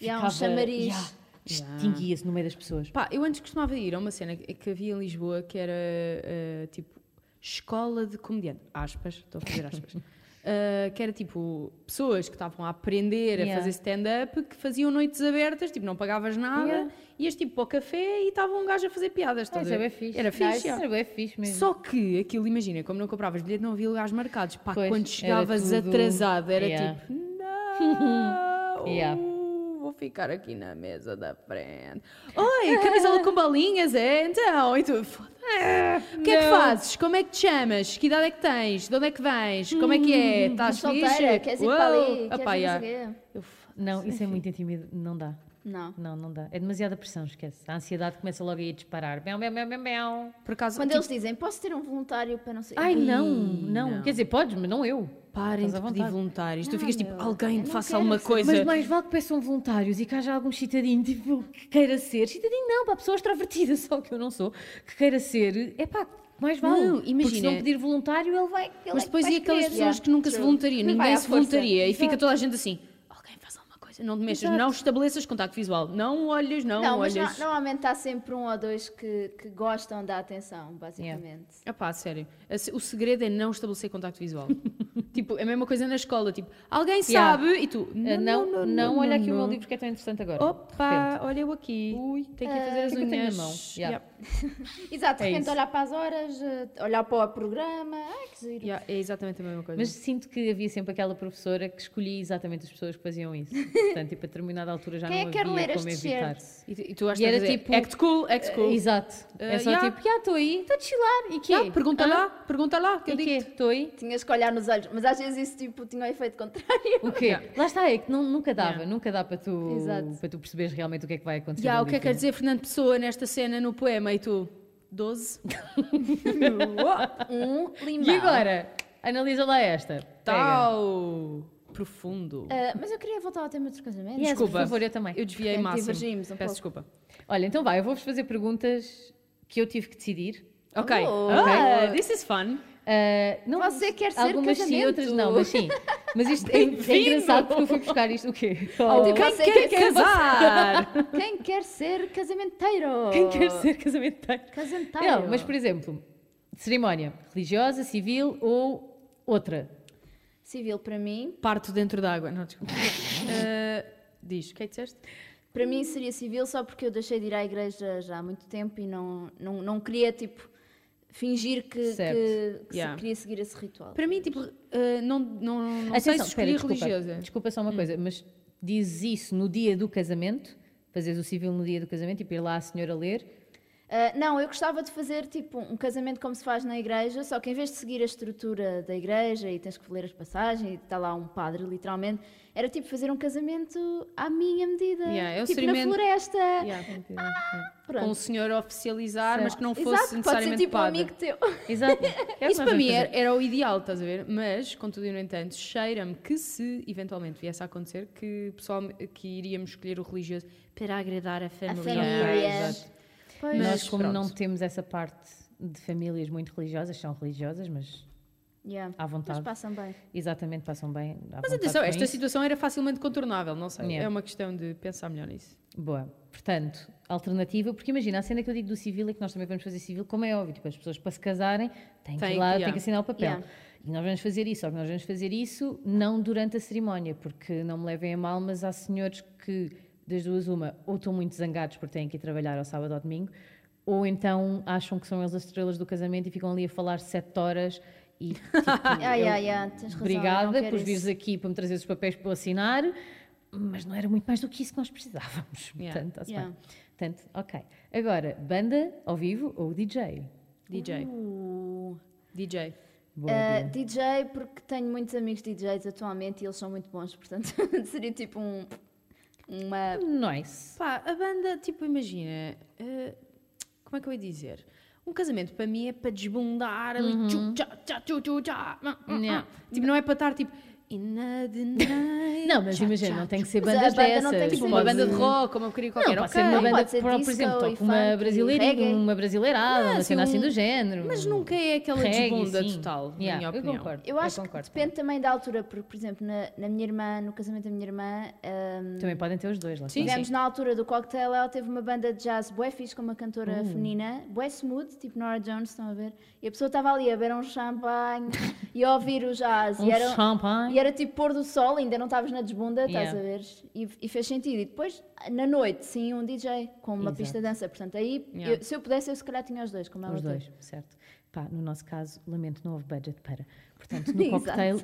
Speaker 3: E há um chamariz.
Speaker 2: yeah, Distinguia-se no meio das pessoas.
Speaker 1: Pá, eu antes costumava ir a uma cena que que havia em Lisboa que era eh, tipo escola de comediante, aspas, estou a fazer
Speaker 2: [laughs]
Speaker 1: aspas, Eh, que era tipo pessoas que estavam a aprender a
Speaker 2: Yeah.
Speaker 1: fazer stand-up que faziam noites abertas, tipo não pagavas nada,
Speaker 2: Yeah. Ah,
Speaker 1: ias tipo para o café e estava um gajo a fazer piadas. estás a ver? Era fixe.
Speaker 2: Nice,
Speaker 1: yeah.
Speaker 2: é Era bem fixe mesmo.
Speaker 1: Só que aquilo, imagina, como não compravas bilhete, não havia lugares marcados. Pá,
Speaker 2: Pois,
Speaker 1: quando
Speaker 2: era
Speaker 1: chegavas
Speaker 2: tudo-
Speaker 1: atrasado, era
Speaker 2: Yeah.
Speaker 3: [laughs]
Speaker 1: tipo, não,
Speaker 2: Yeah.
Speaker 1: vou ficar aqui na mesa da frente. Oi, camisola com bolinhas, é? Então, e tu, foda o que é que
Speaker 2: Não.
Speaker 1: fazes? Como é que te chamas? Que idade é que tens? De onde é que vens? Como é que é? Estás
Speaker 3: Hum, Solteira,
Speaker 1: fixe?
Speaker 3: queres ir para
Speaker 1: Uou!
Speaker 3: ali?
Speaker 1: Opá,
Speaker 3: Queres ir
Speaker 1: yeah.
Speaker 3: fazer quê?
Speaker 1: Eu, foda-se.
Speaker 2: Não, isso é muito intimidante, não dá.
Speaker 3: Não.
Speaker 2: Não, não dá. É demasiada pressão, esquece. A ansiedade começa logo aí a disparar. Meu, meu, meu, meu, meu.
Speaker 1: Por acaso,
Speaker 3: Quando
Speaker 1: tipo,
Speaker 3: eles dizem, posso ter um voluntário para não sei...
Speaker 2: Ai, não, não,
Speaker 1: não.
Speaker 2: Quer dizer, podes, mas não eu.
Speaker 1: parem
Speaker 2: Estás à
Speaker 1: de pedir
Speaker 2: vontade.
Speaker 1: voluntários. tu
Speaker 3: Não,
Speaker 1: ficas tipo,
Speaker 3: meu,
Speaker 1: alguém
Speaker 3: eu
Speaker 1: que
Speaker 3: não
Speaker 1: faça
Speaker 3: quero
Speaker 1: alguma
Speaker 3: ser-
Speaker 1: coisa.
Speaker 2: Mas mais vale que peçam voluntários e que haja algum citadinho tipo, que queira ser. Citadinho não, para pessoa extrovertida, [laughs] só que eu não sou, que queira ser. É pá, mais vale.
Speaker 1: Não,
Speaker 2: Porque se
Speaker 1: imagina.
Speaker 2: não pedir voluntário, ele vai. Ele é
Speaker 1: Mas
Speaker 2: que
Speaker 1: depois
Speaker 2: vai
Speaker 1: e aquelas
Speaker 2: querer.
Speaker 1: pessoas que nunca se
Speaker 3: True.
Speaker 1: voluntariam,
Speaker 3: Vai
Speaker 1: ninguém
Speaker 3: à
Speaker 1: se
Speaker 3: força.
Speaker 1: voluntaria e
Speaker 3: Exato.
Speaker 1: fica toda a gente assim, alguém faz alguma coisa, não te mexas,
Speaker 2: Exato.
Speaker 1: não estabeleças contacto visual, não olhas, não,
Speaker 3: Não, mas
Speaker 1: olhas.
Speaker 3: no- normalmente há sempre um ou dois que, que gostam da atenção, basicamente.
Speaker 1: Epá, sério, a se- o segredo é não estabelecer contacto
Speaker 2: [laughs]
Speaker 1: visual. tipo, é a mesma coisa na escola, tipo, alguém
Speaker 2: Yeah.
Speaker 1: sabe e tu,
Speaker 2: Ah,
Speaker 1: não,
Speaker 2: Não, não, olha aqui o meu
Speaker 1: não.
Speaker 2: livro que é tão interessante agora. De repente.
Speaker 1: Opa, olha eu aqui. Ui, tenho que ir fazer as
Speaker 2: o que é que eu tenho na
Speaker 1: unhas.
Speaker 2: mão? Yeah.
Speaker 3: Exato, de
Speaker 2: É
Speaker 3: repente
Speaker 2: isso.
Speaker 3: olhar para as horas, eh, olhar para o programa. Ai, que giro.
Speaker 1: Yeah, é exatamente a mesma coisa.
Speaker 2: Mas sinto que havia sempre aquela professora que escolhia exatamente as pessoas que faziam isso. Portanto, tipo, a determinada altura já
Speaker 3: Quem é
Speaker 2: não
Speaker 3: que quer
Speaker 2: havia
Speaker 3: ler
Speaker 2: como
Speaker 3: este
Speaker 2: evitar.
Speaker 3: shirt?
Speaker 1: E, tu- e tu achas
Speaker 2: E era
Speaker 1: que
Speaker 2: tipo-
Speaker 1: act cool, act cool.
Speaker 2: Exato. é
Speaker 1: Eh,
Speaker 2: só
Speaker 1: yeah.
Speaker 2: tipo, já estou aí, estou a chilar. E Ah, que
Speaker 1: Yeah, pergunta lá, pergunta lá, que eu
Speaker 2: E
Speaker 1: digo.
Speaker 2: que Estou aí?
Speaker 3: Tinhas que olhar nos olhos, mas às vezes isso tipo, tinha o efeito contrário.
Speaker 2: O quê? Lá está, é que não- nunca dava,
Speaker 1: Yeah.
Speaker 2: nunca dá para tu,
Speaker 3: Exato.
Speaker 2: para tu perceberes realmente o que é que vai acontecer.
Speaker 1: Já,
Speaker 2: no
Speaker 1: o que é que quer
Speaker 2: livro.
Speaker 1: dizer Fernando Pessoa nesta cena no poema? E tu? 12?
Speaker 3: [laughs] Um limão.
Speaker 2: E agora? Analisa lá esta. Pega.
Speaker 1: Tal! Profundo.
Speaker 3: Ah, mas eu queria voltar ao tema dos casamentos.
Speaker 2: Yes,
Speaker 1: Desculpa.
Speaker 2: por favor, eu também.
Speaker 1: Eu desviei
Speaker 3: Portanto,
Speaker 1: máximo.
Speaker 3: divergimos um
Speaker 1: Peço desculpa.
Speaker 2: Olha, então vai, eu vou-vos fazer perguntas que eu tive que decidir.
Speaker 1: Ok.
Speaker 3: Oh.
Speaker 1: ok. Uh,
Speaker 3: Ah.
Speaker 1: This is fun.
Speaker 2: Ah, não,
Speaker 3: Você quer ser
Speaker 2: Algumas sim,
Speaker 3: casamento?
Speaker 2: outras não, mas sim. Mas
Speaker 1: [laughs]
Speaker 2: isto é, é engraçado porque eu fui buscar isto. O quê?
Speaker 3: Oh,
Speaker 2: Tipo,
Speaker 1: Quem
Speaker 3: Você
Speaker 1: quer
Speaker 3: quer ser
Speaker 1: casar?
Speaker 2: [laughs]
Speaker 3: Quem quer ser casamenteiro?
Speaker 2: Quem quer ser casamenteiro?
Speaker 1: Tá
Speaker 3: Casamenteiro.
Speaker 2: Não, mas por exemplo, cerimónia religiosa, civil ou outra.
Speaker 3: Civil para mim.
Speaker 1: Parto dentro da água. Não, [laughs] desculpa. Ah, diz, o que é que disseste?
Speaker 3: Para mim seria civil só porque eu deixei de ir à igreja já há muito tempo e não, não, não queria, tipo, fingir que,
Speaker 2: Certo.
Speaker 3: que- que se-
Speaker 1: Yeah.
Speaker 3: queria seguir esse ritual.
Speaker 1: Para mim, tipo, ah, não, não, não sei se
Speaker 2: Atenção, espera,
Speaker 1: escolhi
Speaker 2: desculpa,
Speaker 1: religiosa. Hum.
Speaker 2: Desculpa só uma coisa, mas dizes isso no dia do casamento, fazes o civil no dia do casamento e ir lá a senhora ler.
Speaker 3: Ah, não, eu gostava de fazer, tipo, um casamento como se faz na igreja, só que em vez de seguir a estrutura da igreja e tens que ler as passagens e está lá um padre, literalmente, era, tipo, fazer um casamento à minha medida.
Speaker 1: Yeah, é o
Speaker 3: tipo,
Speaker 1: cerimento-
Speaker 3: na floresta.
Speaker 1: Yeah.
Speaker 3: Pronto.
Speaker 1: Com o senhor a oficializar, mas que não
Speaker 3: Exato,
Speaker 1: fosse
Speaker 3: pode
Speaker 1: necessariamente
Speaker 3: ser, tipo, um
Speaker 1: padre.
Speaker 3: amigo teu.
Speaker 1: [laughs]
Speaker 2: Exato. É o que nós
Speaker 1: Isso para
Speaker 2: vamos
Speaker 1: mim
Speaker 2: fazer.
Speaker 1: era, era o ideal, estás a ver? Mas, contudo e no entanto, cheira-me que se eventualmente viesse a acontecer, que, pessoal, que iríamos escolher o religioso para agradar a família. Ah,
Speaker 3: família.
Speaker 1: Exato.
Speaker 3: [laughs] Pois.
Speaker 2: Nós,
Speaker 1: Mas
Speaker 2: como
Speaker 1: pronto.
Speaker 2: não temos essa parte de famílias muito religiosas, são religiosas, mas
Speaker 3: Yeah.
Speaker 2: à vontade.
Speaker 3: Mas passam bem.
Speaker 2: exatamente passam bem. à
Speaker 1: Mas
Speaker 2: vontade
Speaker 1: atenção,
Speaker 2: com
Speaker 1: esta
Speaker 2: isso.
Speaker 1: situação era facilmente contornável, não sei.
Speaker 2: Yeah.
Speaker 1: É uma questão de pensar melhor nisso.
Speaker 2: Boa. Portanto, alternativa, porque imagina, a cena que eu digo do civil é que nós também vamos fazer civil, como é óbvio, tipo, as pessoas para se casarem têm que
Speaker 1: Tem
Speaker 2: ir lá,
Speaker 1: que,
Speaker 2: têm
Speaker 1: yeah.
Speaker 2: que assinar o papel.
Speaker 3: Yeah.
Speaker 2: E nós vamos fazer isso, só que nós vamos fazer isso não durante a cerimónia, porque não me levem a mal, mas há senhores que, das duas, uma, ou estão muito zangados porque têm que ir trabalhar ao sábado ou domingo, ou então acham que são eles as estrelas do casamento e ficam ali a falar sete horas e tipo,
Speaker 3: Ai, ai, ai, tens razão. eu não
Speaker 2: Obrigada
Speaker 3: quero
Speaker 2: por
Speaker 3: isso.
Speaker 2: vires aqui para me trazer os papéis para eu assinar. mas não era muito mais do que isso que nós precisávamos.
Speaker 1: Yeah.
Speaker 2: Portanto, está-se
Speaker 3: [laughs] Yeah.
Speaker 2: bem. Portanto, ok. Agora, banda ao vivo ou DJ?
Speaker 1: DJ.
Speaker 3: Uh,
Speaker 1: DJ.
Speaker 2: Boa
Speaker 3: eh,
Speaker 2: Bia.
Speaker 3: DJ, porque tenho muitos amigos DJs atualmente e eles são muito bons, [laughs] portanto seria tipo um. Uma.
Speaker 2: Nice.
Speaker 1: Pá, a banda, tipo, imagina. eh, como é que eu ia dizer? Um casamento para mim é para desbundar ali. Tchu, tchá, tchá, tchu, tchu, tchá, ah, ah,
Speaker 2: Yeah.
Speaker 1: ah. Tipo, não é para estar tipo. "In the [laughs] night",
Speaker 2: Não, mas
Speaker 1: tchá,
Speaker 2: imagina,
Speaker 1: tchá,
Speaker 2: não tem que ser
Speaker 3: Mas a
Speaker 2: bandas
Speaker 3: banda não
Speaker 2: dessas.
Speaker 3: tem que
Speaker 1: Tipo
Speaker 3: ser
Speaker 1: uma
Speaker 2: Pode-
Speaker 1: banda de rock ou uma porcaria
Speaker 2: Não,
Speaker 1: qualquer.
Speaker 2: pode
Speaker 1: ok.
Speaker 2: ser uma
Speaker 3: Não,
Speaker 2: banda,
Speaker 3: pode ser
Speaker 2: por, por exemplo,
Speaker 3: disco e
Speaker 2: toca uma
Speaker 3: funk e
Speaker 2: brasileirinha,
Speaker 3: reggae. Ah, um
Speaker 2: uma brasileirada, uma cena assim do género.
Speaker 1: Mas nunca é aquela
Speaker 2: Reggae,
Speaker 1: desbunda
Speaker 2: sim.
Speaker 1: total, na
Speaker 2: Yeah,
Speaker 1: minha
Speaker 2: eu
Speaker 1: opinião.
Speaker 2: concordo.
Speaker 3: Eu acho que
Speaker 2: concordo.
Speaker 3: depende também da altura, porque, por exemplo, na, na minha irmã, no casamento da minha irmã, ehm,
Speaker 2: Também podem ter os dois lá.
Speaker 1: Sim,
Speaker 2: está.
Speaker 3: Tivemos na altura do cocktail, ela teve uma banda de jazz bué fixe com uma
Speaker 2: Hum.
Speaker 3: cantora feminina, bué smooth, tipo Nora Jones, estão a ver? E a pessoa estava ali a beber um champanhe
Speaker 2: [laughs]
Speaker 3: e a ouvir o jazz.
Speaker 2: Um
Speaker 3: e, era,
Speaker 2: champanhe.
Speaker 3: e era tipo pôr do sol, ainda não estavas na desbunda, estás
Speaker 2: Yeah.
Speaker 3: a ver? E, e fez sentido. E depois, na noite, sim, um DJ com uma
Speaker 2: Exato.
Speaker 3: pista de dança. Portanto, aí,
Speaker 1: Yeah.
Speaker 3: eu- se eu pudesse, eu se calhar tinha os dois, como ela
Speaker 2: Os
Speaker 3: teve.
Speaker 2: dois, certo. Pá, no nosso caso, lamento, não houve budget para.
Speaker 1: [laughs]
Speaker 2: Portanto, no
Speaker 3: Exato.
Speaker 2: cocktail,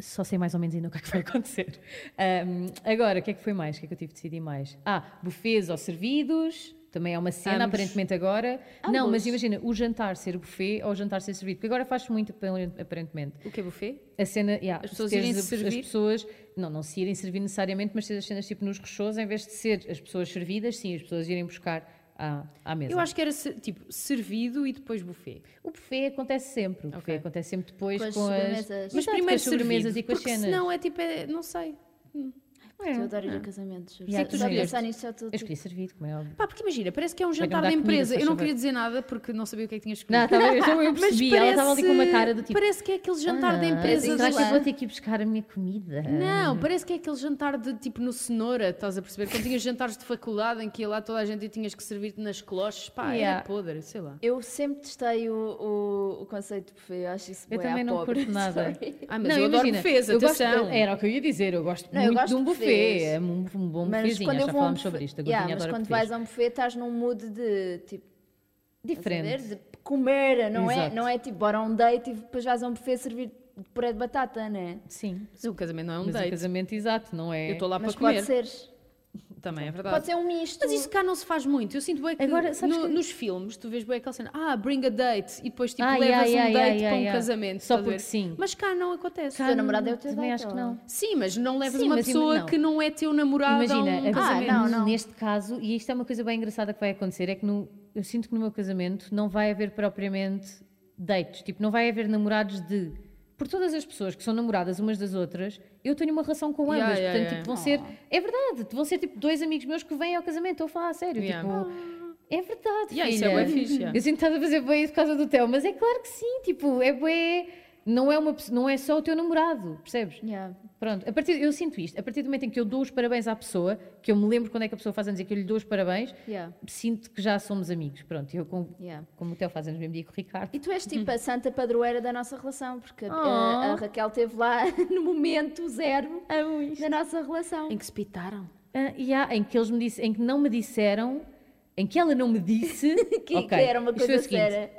Speaker 2: só sei mais ou menos ainda o que é que vai acontecer. Ahm, agora, o que é que foi mais? O que é que eu tive de decidir mais? Ah, buffets ou servidos. Também é uma cena,
Speaker 1: Ambos.
Speaker 2: aparentemente, agora. Não,
Speaker 3: Ambos.
Speaker 2: mas imagina, o jantar ser buffet ou o jantar ser servido. Porque agora faz muito, aparentemente.
Speaker 1: O que é buffet?
Speaker 2: A cena, yeah,
Speaker 1: As pessoas
Speaker 2: teres
Speaker 1: irem-se
Speaker 2: a-
Speaker 1: servir?
Speaker 2: As pessoas, não, não se irem servir necessariamente, mas ter as cenas tipo nos rechôs, em vez de ser as pessoas servidas, sim, as pessoas irem buscar à, à mesa.
Speaker 1: Eu acho que era se- tipo servido e depois buffet.
Speaker 2: O buffet acontece sempre. O buffet
Speaker 1: Ok.
Speaker 2: acontece sempre depois
Speaker 3: Com
Speaker 2: com
Speaker 3: as
Speaker 2: as,
Speaker 3: sobremesas.
Speaker 2: Mas
Speaker 1: é
Speaker 2: primeiro sobremesas e com as cenas.
Speaker 1: Não, é tipo, é- não sei.
Speaker 2: Hum.
Speaker 1: É.
Speaker 2: É,
Speaker 3: Eu adoro ir a casamentos, juro.
Speaker 2: Yeah, tu
Speaker 3: Só de
Speaker 2: escolheste.
Speaker 3: pensar nisso já tudo.
Speaker 2: Eu escolhi servido, como é óbvio.
Speaker 1: Pá, porque imagina, parece que é um
Speaker 2: que me
Speaker 1: jantar da
Speaker 2: dá comida,
Speaker 1: empresa.
Speaker 2: se
Speaker 1: eu não
Speaker 2: faz
Speaker 1: queria dizer nada porque não sabia o que é que tinha escolhido.
Speaker 2: Não, estava eu, então
Speaker 3: [laughs]
Speaker 2: eu
Speaker 1: Mas
Speaker 2: percebi.
Speaker 1: parece,
Speaker 2: ela estava ali com uma cara do tipo.
Speaker 1: Parece que é aquele jantar da
Speaker 2: "Ah,
Speaker 1: empresa.
Speaker 2: Será
Speaker 1: do-
Speaker 2: que eu vou ter que ir buscar a minha comida? Uhum.
Speaker 1: Não, parece que é aquele jantar de tipo no cenoura, estás a perceber? Quando tinhas jantares de faculdade em que ia lá toda a gente e tinhas que servir-te nas cloches, pá,
Speaker 2: Yeah.
Speaker 1: era podre, sei lá.
Speaker 3: Eu sempre testei o, o, o conceito de buffet, eu acho isso
Speaker 2: Eu
Speaker 3: bué à
Speaker 2: também não
Speaker 3: pobre, [laughs]
Speaker 2: curto nada.
Speaker 3: sorry.
Speaker 1: Ah, mas eu É, adoro buffets,
Speaker 2: eu gosto,
Speaker 1: atenção.
Speaker 2: Era o que eu ia dizer, eu gosto
Speaker 3: Não, eu
Speaker 2: muito
Speaker 3: gosto
Speaker 2: de um
Speaker 3: de
Speaker 2: buffet.
Speaker 3: buffets.
Speaker 2: É um, um bom
Speaker 3: Mas
Speaker 2: buffetzinho,
Speaker 3: quando
Speaker 2: já
Speaker 3: eu vou a um
Speaker 2: falámos
Speaker 3: buffet,
Speaker 2: sobre isto. A
Speaker 3: Yeah,
Speaker 2: Gordinha
Speaker 3: mas
Speaker 2: adora
Speaker 3: quando
Speaker 2: buffets.
Speaker 3: vais a um buffet estás num mood de tipo estás a
Speaker 2: Diferente.
Speaker 3: ver? de comer, não é?
Speaker 2: Exato.
Speaker 3: Não é tipo bora a um date e depois vais a um buffet servir de puré de batata, não é?
Speaker 2: Sim.
Speaker 1: Mas o casamento não é um
Speaker 2: mas um
Speaker 1: date.
Speaker 2: casamento exato, não é?
Speaker 1: Eu estou lá
Speaker 3: Mas
Speaker 1: para comer.
Speaker 3: pode ser,
Speaker 1: Também é verdade.
Speaker 3: pode ser um misto.
Speaker 1: Mas isso cá não se faz muito. Eu sinto bem que,
Speaker 2: Agora, sabes
Speaker 1: no-
Speaker 2: que-
Speaker 1: nos filmes tu vês bem aquela cena, ah, bring a date, e depois tipo
Speaker 2: Ah,
Speaker 1: levas
Speaker 2: yeah,
Speaker 1: um
Speaker 2: yeah,
Speaker 1: date
Speaker 2: yeah,
Speaker 1: para
Speaker 2: yeah,
Speaker 1: um
Speaker 2: yeah.
Speaker 1: casamento.
Speaker 2: Só
Speaker 1: estás a ver?
Speaker 2: porque sim. Mas
Speaker 1: Mas cá não acontece.
Speaker 3: teu namorado é o teu
Speaker 2: também
Speaker 3: date,
Speaker 2: acho que
Speaker 3: ou-
Speaker 2: não.
Speaker 1: Sim, mas não levas
Speaker 2: Sim,
Speaker 1: uma
Speaker 2: mas
Speaker 1: pessoa
Speaker 2: imagina- não.
Speaker 1: que não é teu namorado a um
Speaker 2: Imagina, Ah,
Speaker 1: casamento.
Speaker 2: agora,
Speaker 3: Ah, não, não.
Speaker 2: neste caso, e isto é uma coisa bem engraçada que vai acontecer, é que no- eu sinto que no meu casamento não vai haver propriamente dates, tipo, não vai haver namorados de. Por todas as pessoas que são namoradas umas das outras, eu tenho uma relação com ambas.
Speaker 1: Yeah, yeah,
Speaker 2: portanto,
Speaker 1: yeah.
Speaker 2: tipo, vão ser.
Speaker 3: Oh.
Speaker 2: É verdade, vão ser tipo dois amigos meus que vêm ao casamento, estou a falar a sério.
Speaker 1: Yeah.
Speaker 2: Tipo, é verdade.
Speaker 1: Yeah, isso é
Speaker 2: filha.
Speaker 1: bué fixe, yeah.
Speaker 2: Eu sinto que estás a fazer bem isso por causa do Theo, mas é claro que sim, tipo, é bué. Não é, uma, pessoa- não é só o teu namorado, percebes?
Speaker 3: Yeah.
Speaker 2: Pronto, a partir, eu sinto isto. A partir do momento em que eu dou os parabéns à pessoa, que eu me lembro quando é que a pessoa faz anos e que eu lhe dou os parabéns,
Speaker 3: Yeah.
Speaker 2: sinto que já somos amigos. Pronto, eu com,
Speaker 3: Yeah.
Speaker 2: como o Theo faz anos no mesmo dia que o
Speaker 3: [laughs]
Speaker 2: Ricardo.
Speaker 3: E tu és tipo a santa padroeira da nossa relação, porque a-
Speaker 2: Uhum. Oh.
Speaker 3: a, a Raquel esteve lá [laughs] no momento zero da nossa relação.
Speaker 1: Em que se pitaram.
Speaker 2: Ah, e há em que eles me disse, em que não me disseram, em que ela não me disse
Speaker 3: [laughs] Que, é
Speaker 2: Ok,
Speaker 3: que era uma
Speaker 2: isto foi
Speaker 3: coisa
Speaker 2: o seguinte,
Speaker 3: séria.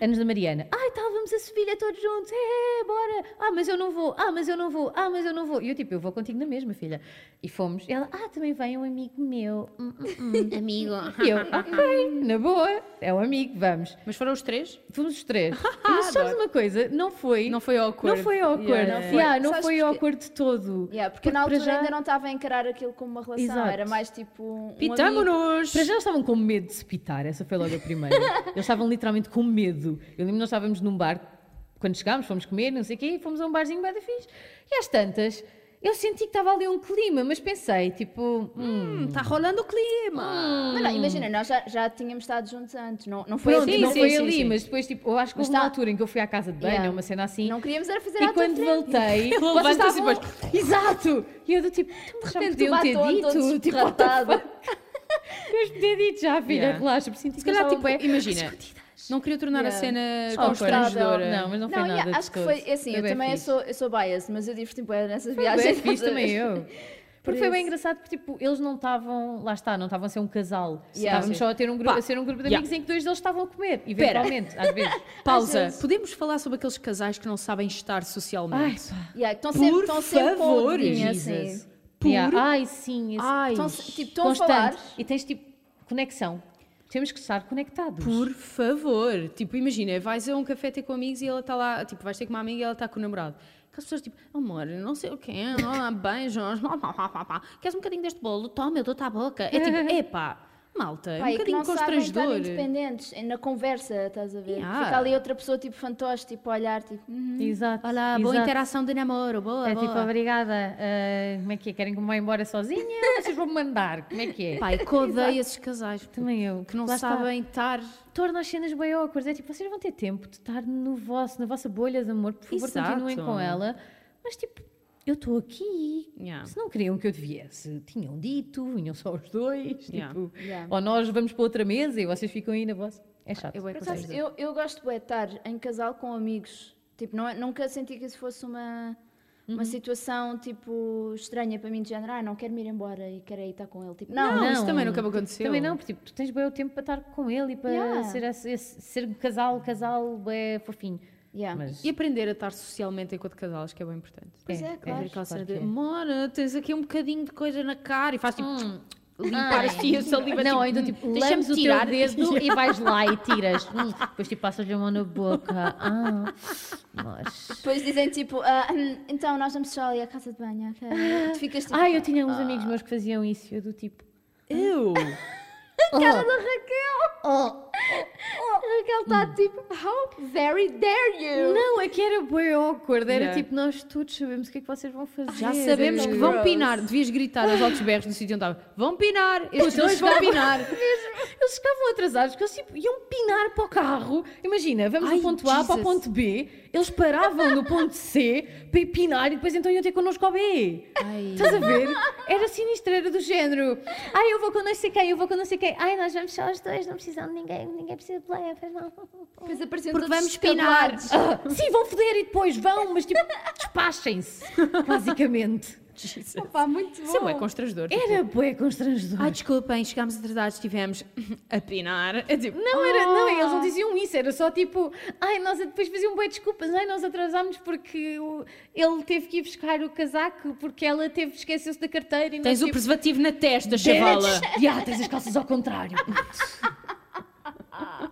Speaker 2: Anos da Mariana. Ai, tal, vamos a Sevilha todos juntos. É, bora. Ah, mas eu não vou. Ah, mas eu não vou. Ah, mas eu não vou. E eu tipo, eu vou contigo na mesma, filha. E fomos. E ela, ah, também vem um amigo meu. [laughs]
Speaker 1: [laughs]
Speaker 4: Amigo.
Speaker 2: E eu, ok, na boa. É um amigo, vamos.
Speaker 1: Mas foram os três?
Speaker 2: Fomos os um
Speaker 3: [laughs]
Speaker 2: três. Mas sabes uma coisa? Não foi.
Speaker 1: Não foi awkward.
Speaker 2: Não foi awkward.
Speaker 1: Yeah, yeah,
Speaker 2: Yeah, Um
Speaker 3: yeah.
Speaker 2: não
Speaker 3: Sabes
Speaker 2: foi
Speaker 3: porquê?
Speaker 2: awkward de todo.
Speaker 3: Yeah, porque, na
Speaker 2: Porque para
Speaker 3: altura
Speaker 2: já-
Speaker 3: ainda não estava a encarar aquilo como uma relação,
Speaker 2: Exato.
Speaker 3: era mais tipo um. um amigo.
Speaker 1: Pitámonos!
Speaker 2: Para já estavam com medo de se pitar, essa foi logo a
Speaker 3: [laughs]
Speaker 2: primeira. Eles estavam literalmente com medo. Eu lembro nós estávamos num bar, quando chegámos, fomos comer, não sei o quê, e fomos a um barzinho bem da fixe. E às tantas, eu senti que estava ali um clima, mas pensei, tipo, hum,
Speaker 1: Está tá rolando o clima.
Speaker 3: Mas não, imagina, nós já, já tínhamos estado juntos antes, não, não foi
Speaker 2: pronto,
Speaker 3: assim,
Speaker 2: não
Speaker 1: sim,
Speaker 2: foi
Speaker 1: sim,
Speaker 2: ali,
Speaker 1: sim.
Speaker 2: mas depois, tipo, eu acho que
Speaker 3: Mas
Speaker 2: houve uma
Speaker 3: tá-
Speaker 2: altura em que eu fui à casa de banho,
Speaker 3: Yeah.
Speaker 2: uma cena assim,
Speaker 3: Não queríamos era fazer à
Speaker 2: E
Speaker 3: tua
Speaker 2: quando
Speaker 3: frente.
Speaker 2: voltei,
Speaker 1: Ele
Speaker 2: vocês
Speaker 1: levanta-se e
Speaker 2: estavam- Exato! E eu do tipo, de
Speaker 3: repente,
Speaker 2: podiam
Speaker 3: o
Speaker 2: ter
Speaker 3: batom todo
Speaker 2: dito, tipo, what the
Speaker 3: esparratado.
Speaker 2: fuck? Deus me ter dito já, filha,
Speaker 1: Yeah.
Speaker 2: relaxa, porque senti
Speaker 1: Se
Speaker 2: que
Speaker 1: calhar,
Speaker 2: estavam
Speaker 1: tipo,
Speaker 2: bem
Speaker 1: imagina. Não queria tornar a
Speaker 3: Yeah.
Speaker 1: cena
Speaker 2: Awkward.
Speaker 1: constrangedora.
Speaker 2: Não, mas não foi nada.
Speaker 3: yeah,
Speaker 2: de
Speaker 3: acho que
Speaker 2: todo.
Speaker 3: foi assim, eu
Speaker 2: bem
Speaker 3: também eu
Speaker 2: fixe.
Speaker 3: sou, eu sou bias, mas eu tive tipo nessas
Speaker 2: Foi
Speaker 3: viagens.
Speaker 2: bem fixe
Speaker 3: estás a ver?
Speaker 2: também eu. Porque foi
Speaker 3: isso.
Speaker 2: bem engraçado porque tipo, eles não estavam, lá está, não estavam a ser um casal.
Speaker 3: Yeah.
Speaker 2: Estávamos
Speaker 1: Sim.
Speaker 2: só a, ter um grupo,
Speaker 1: Pá,
Speaker 2: a ser um grupo de
Speaker 1: yeah.
Speaker 2: amigos em que dois deles estavam a comer, eventualmente, às vezes.
Speaker 1: Pausa.
Speaker 3: vezes.
Speaker 1: Podemos falar sobre aqueles casais que não sabem estar
Speaker 2: Ai,
Speaker 1: socialmente?
Speaker 2: pá.
Speaker 3: [laughs] Yeah, que estão
Speaker 1: Por
Speaker 3: sempre, estão sempre com o
Speaker 1: favor,
Speaker 3: dedinho
Speaker 1: Jesus.
Speaker 3: assim.
Speaker 1: Por-
Speaker 2: Yeah. Ai, sim. Esse...
Speaker 1: Ai,
Speaker 3: Estão,
Speaker 1: sh-
Speaker 3: tipo, estão a falar.
Speaker 2: E tens tipo conexão. Temos que estar conectados.
Speaker 1: por favor. Tipo, imagina, vais a um café ter com amigos e ela está lá, tipo, vais ter com uma amiga e ela está com o namorado. Aquelas pessoas tipo, amor, não sei o quê, olá, beijos, [laughs] pá, pá, pá, pá, pá. queres um bocadinho deste bolo? Toma, eu dou-te à boca. É
Speaker 2: [laughs]
Speaker 1: tipo, epá, malta, é
Speaker 3: Pá,
Speaker 1: um
Speaker 3: e que
Speaker 1: bocadinho
Speaker 3: não sabem estar
Speaker 1: constrangedor.
Speaker 3: independentes eh, na conversa, estás a ver?
Speaker 1: Yeah.
Speaker 3: Fica ali outra pessoa tipo fantoche, tipo a olhar, tipo. "Uhum."
Speaker 2: Exato.
Speaker 1: Olá, boa
Speaker 2: exato.
Speaker 1: interação de namoro, boa,
Speaker 2: É
Speaker 1: boa.
Speaker 2: tipo, obrigada. ah, como é que é? Querem que eu vá embora sozinha? [laughs] ou Vocês vão me mandar. Como é que é?
Speaker 1: Pai,
Speaker 2: [laughs]
Speaker 1: que odeio esses casais pô,
Speaker 2: Também eu.
Speaker 1: que não
Speaker 2: Lá está.
Speaker 1: sabem estar.
Speaker 2: Torna as cenas bem awkward. É tipo, vocês vão ter tempo de estar no vosso, na vossa bolha de amor. Por favor,
Speaker 1: Exato.
Speaker 2: continuem com ela. Mas tipo, eu estou aqui.
Speaker 1: Yeah.
Speaker 2: Se não queriam que eu viesse, tinham dito, vinham só os dois.
Speaker 1: Yeah.
Speaker 2: Tipo,
Speaker 3: Yeah.
Speaker 2: ou nós vamos para outra mesa e vocês ficam aí na vossa. É chato.
Speaker 1: Eu é
Speaker 3: Por
Speaker 1: que
Speaker 3: acaso,
Speaker 1: odeio.
Speaker 3: eu, eu gosto bué de estar em casal com amigos. Tipo, não, é- nunca senti que isso fosse uma,
Speaker 1: Uhum.
Speaker 3: uma situação tipo estranha para mim de género. Ah, não quero me ir embora e quero aí estar com ele. Tipo, não,
Speaker 1: Não, isso também nunca me aconteceu.
Speaker 2: Também não, porque tipo, tu tens bem o tempo para estar com ele e para
Speaker 3: Yeah.
Speaker 2: ser, esse- esse- ser um casal, casal é fofinho.
Speaker 3: Yeah.
Speaker 2: Mas
Speaker 1: E aprender a estar socialmente enquanto casal, acho que é bem importante.
Speaker 3: Pois é,
Speaker 1: É
Speaker 3: Claro,
Speaker 1: ver aquela cena
Speaker 2: que
Speaker 1: de,
Speaker 2: é.
Speaker 1: Mora, tens aqui um bocadinho de coisa na cara e faz tipo,
Speaker 2: Hum.
Speaker 1: limpar as tias saliva.
Speaker 2: Não,
Speaker 1: tipo,
Speaker 2: ainda tipo,
Speaker 1: "Hum,
Speaker 2: lames o teu
Speaker 1: tirar."
Speaker 2: [laughs] dedo e vais lá
Speaker 1: [laughs]
Speaker 2: e tiras. Hum, Depois tipo, passas-lhe a mão na boca. Ah, nós.
Speaker 1: [laughs]
Speaker 3: Depois dizem tipo, ah, hum, então nós vamos só ali à casa de
Speaker 1: [laughs]
Speaker 3: banho, ok? Tu ficas tipo.
Speaker 2: Ah, eu tinha uns amigos meus que faziam isso. Eu do tipo.
Speaker 1: Eu!
Speaker 2: Cara
Speaker 3: da Raquel! A Raquel oh, está
Speaker 1: Hum.
Speaker 3: tipo, how very dare you!
Speaker 2: Não, é que era bem awkward. Era
Speaker 1: Yeah.
Speaker 2: tipo, nós todos sabemos o que é que vocês vão fazer.
Speaker 1: Já sabemos que vão
Speaker 3: Gross.
Speaker 1: pinar. Devias gritar aos altos berros no sítio onde estava. Vão pinar! Estes dois vão
Speaker 2: [laughs]
Speaker 1: pinar!
Speaker 2: Eles ficavam atrasados, porque eles tipo, iam pinar para o carro. Imagina, vamos
Speaker 1: Ai,
Speaker 2: do ponto A para o
Speaker 1: Jesus.
Speaker 2: ponto B, eles paravam no ponto C para ir pinar e depois então iam ter connosco ao B.
Speaker 1: Ai.
Speaker 2: Estás a ver? Era sinistra, era do género. Ai, eu vou com não sei quem, eu vou com não sei quem. Ai, nós vamos só os dois, não precisam de ninguém, ninguém precisa de
Speaker 1: [laughs]
Speaker 2: levas, não.
Speaker 3: Depois apareciam
Speaker 1: Porque
Speaker 3: todos
Speaker 1: vamos pinar.
Speaker 3: descabelados.
Speaker 2: Ah, sim, vão foder e depois vão, mas tipo, despachem-se, basicamente.
Speaker 1: [laughs] Jesus.
Speaker 3: [laughs] Pá, muito bom.
Speaker 1: Isso é bué constrangedor. tipo,
Speaker 2: Era bué constrangedor.
Speaker 1: Ai, desculpem, chegámos atrasados, estivemos [laughs] a pinar. É tipo,
Speaker 2: Não, era, não, eles não diziam isso, era só tipo, ai, nós depois faziam boas desculpas, ai, nós atrasámos porque o- ele teve que ir buscar o casaco, porque ela teve, esqueceu-se da carteira e
Speaker 1: tens o
Speaker 2: nós, tipo,
Speaker 1: preservativo na testa, chavala.
Speaker 2: [laughs] "Bitch!" Ya, tens as calças ao contrário.
Speaker 3: Ai,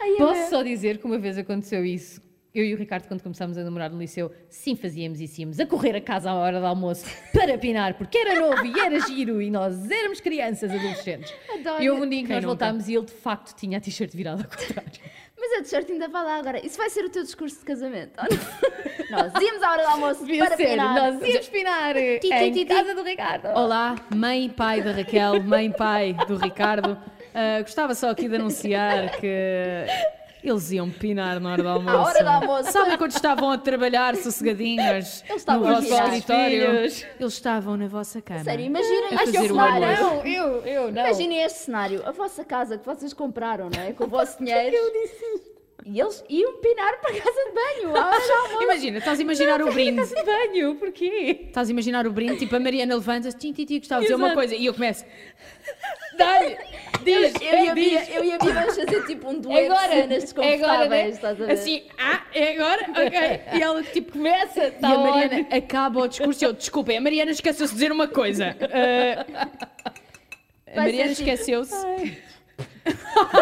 Speaker 3: é
Speaker 2: [laughs]
Speaker 3: eu-
Speaker 2: Posso só dizer que uma vez aconteceu isso. Eu e o Ricardo, quando começámos a namorar no liceu, sim fazíamos isso, íamos a correr a casa à hora do almoço para pinar, porque era novo e era giro e nós éramos crianças, adolescentes.
Speaker 3: Adoro.
Speaker 2: E houve um dia em que
Speaker 1: Quem
Speaker 2: nós
Speaker 1: nunca?
Speaker 2: voltámos e ele de facto tinha a t-shirt virada ao contrário.
Speaker 3: Mas a t-shirt ainda vai lá agora. Isso vai ser o teu discurso de casamento. ou não? [laughs] nós íamos à hora do almoço
Speaker 2: Devia
Speaker 3: para
Speaker 2: ser,
Speaker 3: pirar.
Speaker 2: nós íamos [laughs] pinar
Speaker 3: ti, ti,
Speaker 2: É em
Speaker 3: ti.
Speaker 2: casa do Ricardo.
Speaker 1: Olá, mãe e pai da Raquel, mãe e pai do Ricardo. Ah, gostava só aqui de anunciar que eles iam pinar na hora do almoço.
Speaker 3: À hora do almoço.
Speaker 1: Sabem quando estavam a trabalhar sossegadinhos no
Speaker 3: estavam a
Speaker 1: vosso
Speaker 3: virar.
Speaker 1: escritório?
Speaker 2: Filhos.
Speaker 1: Eles estavam na vossa cama.
Speaker 3: Sério, imaginem
Speaker 1: A
Speaker 3: este
Speaker 1: fazer o
Speaker 3: é cenário.
Speaker 1: almoço.
Speaker 2: eu, eu, eu, não.
Speaker 3: Imaginem este cenário. A vossa casa que vocês compraram, não
Speaker 2: [laughs]
Speaker 3: é? Com o vosso dinheiro. E eles iam pinar para a casa de banho. À hora do almoço.
Speaker 1: Imagina, estás a imaginar o brinde.
Speaker 2: De banho, porquê?
Speaker 1: Estás a imaginar o brinde, tipo a Mariana levanta, tim, tim, tim, gostava de dizer uma
Speaker 2: Exato.
Speaker 1: coisa. E eu começo,
Speaker 2: Dá-lhe, diz,
Speaker 3: Eu e
Speaker 2: diz.
Speaker 3: a Bia, eu e a Bia vamos fazer tipo um dueto
Speaker 2: Agora,
Speaker 3: de cenas
Speaker 2: é
Speaker 3: desconfortáveis.
Speaker 2: agora, né?
Speaker 3: estás a ver?
Speaker 1: assim, ah, é agora? Ok. E ela tipo
Speaker 2: Começa,
Speaker 1: E
Speaker 2: tá
Speaker 1: a
Speaker 2: ótimo.
Speaker 1: Mariana acaba o discurso e eu, desculpem, a Mariana esqueceu-se de dizer uma coisa. Ah, a
Speaker 3: Vai
Speaker 1: Mariana
Speaker 3: ser tipo-
Speaker 1: esqueceu-se. [laughs]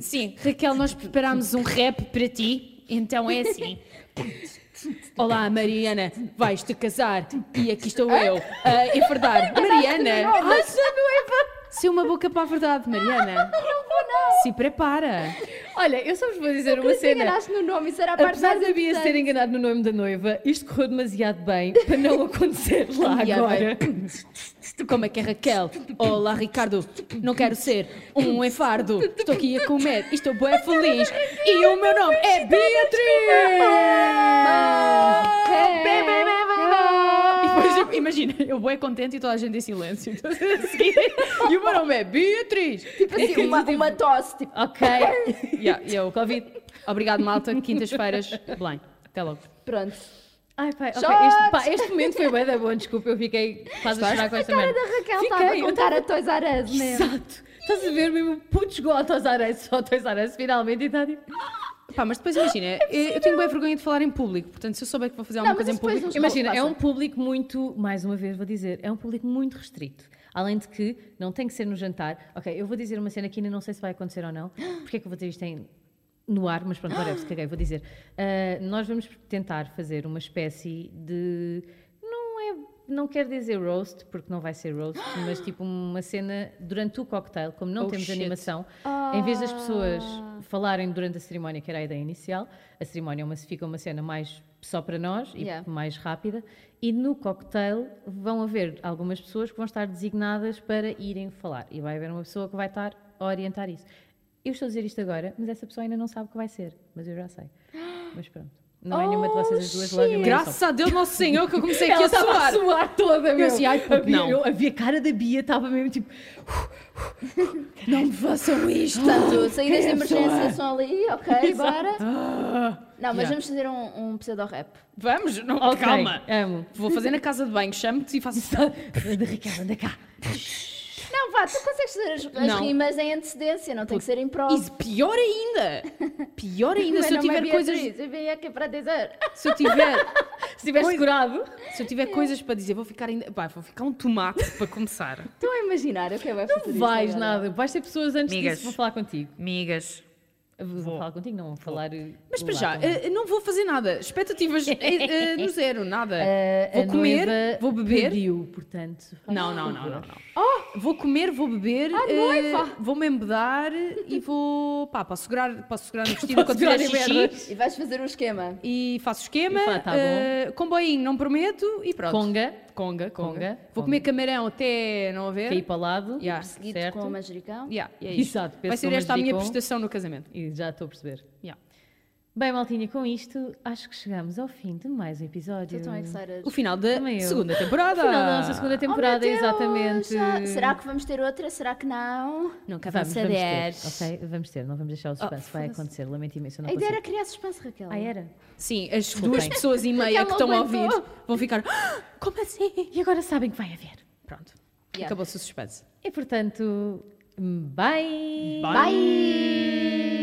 Speaker 1: Sim, Raquel, nós preparámos um rap para ti, então é assim. Olá, Mariana, vais-te casar e aqui estou eu a
Speaker 3: [laughs]
Speaker 1: enfardar. Mariana, ai, sou noiva. Se uma boca para a verdade, Mariana. Se prepara.
Speaker 2: Olha, eu só vos vou dizer É uma
Speaker 3: Mas te
Speaker 2: cena.
Speaker 3: enganaste no nome, isso era a parte
Speaker 2: Apesar
Speaker 3: mais
Speaker 2: da Bia
Speaker 3: importante.
Speaker 2: ser enganada no nome da noiva, isto correu demasiado bem para [laughs] não acontecer lá
Speaker 1: E ela vai,
Speaker 2: agora.
Speaker 1: Como é que é Raquel? Olá Ricardo, não quero ser um enfardo. Estou aqui a comer, e estou bué feliz. E o meu nome é Beatriz! E depois, tipo, imagina, eu bué contente e toda a gente em silêncio. Então, a seguir, E o meu nome é Beatriz!
Speaker 3: Tipo assim, uma, uma tosse, tipo,
Speaker 2: [laughs] Ok.
Speaker 1: Yeah, e eu, Covid. Obrigado, malta. Quintas-feiras, Belém. Até logo.
Speaker 3: pronto.
Speaker 2: Ai, pai, ok,
Speaker 3: Shots!
Speaker 2: este, pá, este momento foi bem da bom, desculpa, eu fiquei quase a chorar com esta merda.
Speaker 3: A Raquel
Speaker 2: Fiquei,
Speaker 3: estava a
Speaker 2: eu
Speaker 3: contar a Toys R Us mesmo.
Speaker 2: Exato. Estás a ver mesmo, puto chegou ao Toys R Us, só ao Toys R Us finalmente e está tipo...
Speaker 1: Pá, mas depois imagina, eu, eu tenho bem vergonha de falar em público, portanto, se eu souber que vou fazer alguma
Speaker 3: Não, mas
Speaker 1: coisa em
Speaker 3: isso depois
Speaker 1: público.
Speaker 3: não-
Speaker 2: Imagina,
Speaker 3: Passa.
Speaker 2: é um público muito, mais uma vez vou dizer, é um público muito restrito. Além de que não tem que ser no jantar. Ok, eu vou dizer uma cena que ainda não sei se vai acontecer ou não. [gasps] Porque é que eu vou ter isto em, no ar, mas pronto, whatever, se caguei, vou dizer. Ah, nós vamos tentar fazer uma espécie de. Não é. Não quero dizer roast, porque não vai ser roast, mas tipo uma cena durante o cocktail, como não
Speaker 1: Oh,
Speaker 2: temos
Speaker 1: shit.
Speaker 2: animação, em vez das pessoas falarem durante a cerimónia, que era a ideia inicial, a cerimónia é uma, fica uma cena mais só para nós e
Speaker 3: Yeah.
Speaker 2: mais rápida. E no cocktail vão haver algumas pessoas que vão estar designadas para irem falar. E vai haver uma pessoa que vai estar a orientar isso. Eu estou a dizer isto agora, mas essa pessoa ainda não sabe o que vai ser. Mas eu já sei. Mas pronto. Não é nenhuma de vocês as duas logo. eu
Speaker 1: Graças a Deus, Nosso Senhor, que eu comecei aqui
Speaker 2: Ela
Speaker 1: a
Speaker 3: tá
Speaker 2: estava
Speaker 1: suar.
Speaker 2: a suar toda, meu.
Speaker 1: assim, ai,
Speaker 2: a, Bia,
Speaker 1: não.
Speaker 2: eu- a Bia- a cara da Bia estava mesmo tipo...
Speaker 1: Não me façam isto.
Speaker 3: Portanto, saídas de
Speaker 1: quem é a
Speaker 3: emergência
Speaker 1: pessoa?
Speaker 3: são ali, ok, bora. Não, mas
Speaker 1: Yeah.
Speaker 3: vamos fazer um, um pseudo-rap.
Speaker 1: Vamos, não,
Speaker 2: Ok,
Speaker 1: calma.
Speaker 2: Amo.
Speaker 1: Vou fazer na casa de banho, chamo-te e faço
Speaker 2: [laughs] De Ricardo, anda cá.
Speaker 3: Não, vá, tu consegues fazer as, as
Speaker 1: Não.
Speaker 3: rimas em antecedência, não tem que ser em prova.
Speaker 1: Isso, pior ainda! Pior ainda, se eu tiver coisas.
Speaker 3: Eu vim aqui para dizer.
Speaker 1: Se eu tiver,
Speaker 2: Se tiver
Speaker 1: Coisa-
Speaker 2: segurado.
Speaker 1: se eu
Speaker 2: [laughs]
Speaker 1: tiver coisas para dizer, vou ficar ainda. Pá, vou ficar um tomate para começar.
Speaker 2: [laughs]
Speaker 3: Estou a imaginar, ok, vai fazer
Speaker 2: Não
Speaker 3: isto
Speaker 2: vais
Speaker 3: agora.
Speaker 2: nada. Vais ter pessoas antes
Speaker 1: Amigas.
Speaker 2: disso que vão falar contigo.
Speaker 1: Amigas.
Speaker 2: Vão falar contigo, não vão falar... eh,
Speaker 1: Mas para
Speaker 2: lá
Speaker 1: já,
Speaker 2: também.
Speaker 1: eh, não vou fazer nada. Expectativas eh, eh, no zero, nada.
Speaker 2: [laughs] Eh,
Speaker 1: vou
Speaker 2: a
Speaker 1: comer,
Speaker 2: noiva
Speaker 1: vou beber.
Speaker 2: Pediu, portanto. faz
Speaker 1: Não, não, não,
Speaker 2: favor.
Speaker 1: não. não.
Speaker 2: Oh!
Speaker 1: Vou comer, vou beber, eh, vou-me embedar e vou. pá, para segurar, para
Speaker 2: [laughs]
Speaker 1: segurar no vestido quando
Speaker 2: segurar
Speaker 1: fizer
Speaker 2: em merda.
Speaker 1: xixi.
Speaker 3: E vais fazer o esquema.
Speaker 1: E faço esquema.
Speaker 2: E pá, tá bom.
Speaker 1: eh, comboinho, não prometo e pronto.
Speaker 2: [laughs] Conga,
Speaker 1: Conga, conga.
Speaker 2: Conga,
Speaker 1: Vou
Speaker 2: conga.
Speaker 1: comer camarão até não haver.
Speaker 2: caí para o lado.
Speaker 1: Yeah.
Speaker 3: Seguido
Speaker 2: Certo.
Speaker 3: com o manjericão.
Speaker 1: Yeah, e é isso.
Speaker 2: Exato, penso
Speaker 1: Vai ser
Speaker 2: numa
Speaker 1: esta a minha
Speaker 2: Gicom.
Speaker 1: prestação no casamento.
Speaker 2: E já estou a perceber.
Speaker 1: Yeah.
Speaker 2: Bem, Maltinha, com isto, acho que chegamos ao fim de mais um episódio.
Speaker 3: Estou tão excited.
Speaker 1: O final da
Speaker 2: Também eu.
Speaker 1: segunda temporada.
Speaker 2: Final da nossa segunda
Speaker 3: Oh, meu
Speaker 2: temporada,
Speaker 3: Deus,
Speaker 2: exatamente.
Speaker 3: ah, Será que vamos ter outra? Será que não?
Speaker 1: Nunca
Speaker 2: Vamos,
Speaker 1: vamos.
Speaker 2: vamos ter.
Speaker 3: saber.
Speaker 2: Ok, vamos ter, não vamos deixar o suspense.
Speaker 1: Oh,
Speaker 2: Vai
Speaker 1: foda-se.
Speaker 2: acontecer, lamento imenso. eu Não
Speaker 3: A ideia
Speaker 2: consigo.
Speaker 3: era criar suspense, Raquel.
Speaker 2: Ah, era?
Speaker 1: Sim, as duas
Speaker 2: Desculpem.
Speaker 1: pessoas e meia
Speaker 3: Ela
Speaker 1: que estão a ouvir
Speaker 3: aguentou.
Speaker 1: vão ficar. [gasps] "Ah, Como assim?
Speaker 2: E agora sabem que vai haver.
Speaker 1: Pronto.
Speaker 3: Yeah.
Speaker 2: hum,
Speaker 1: Acabou-se o suspense.
Speaker 2: E portanto, bye!
Speaker 3: Bye!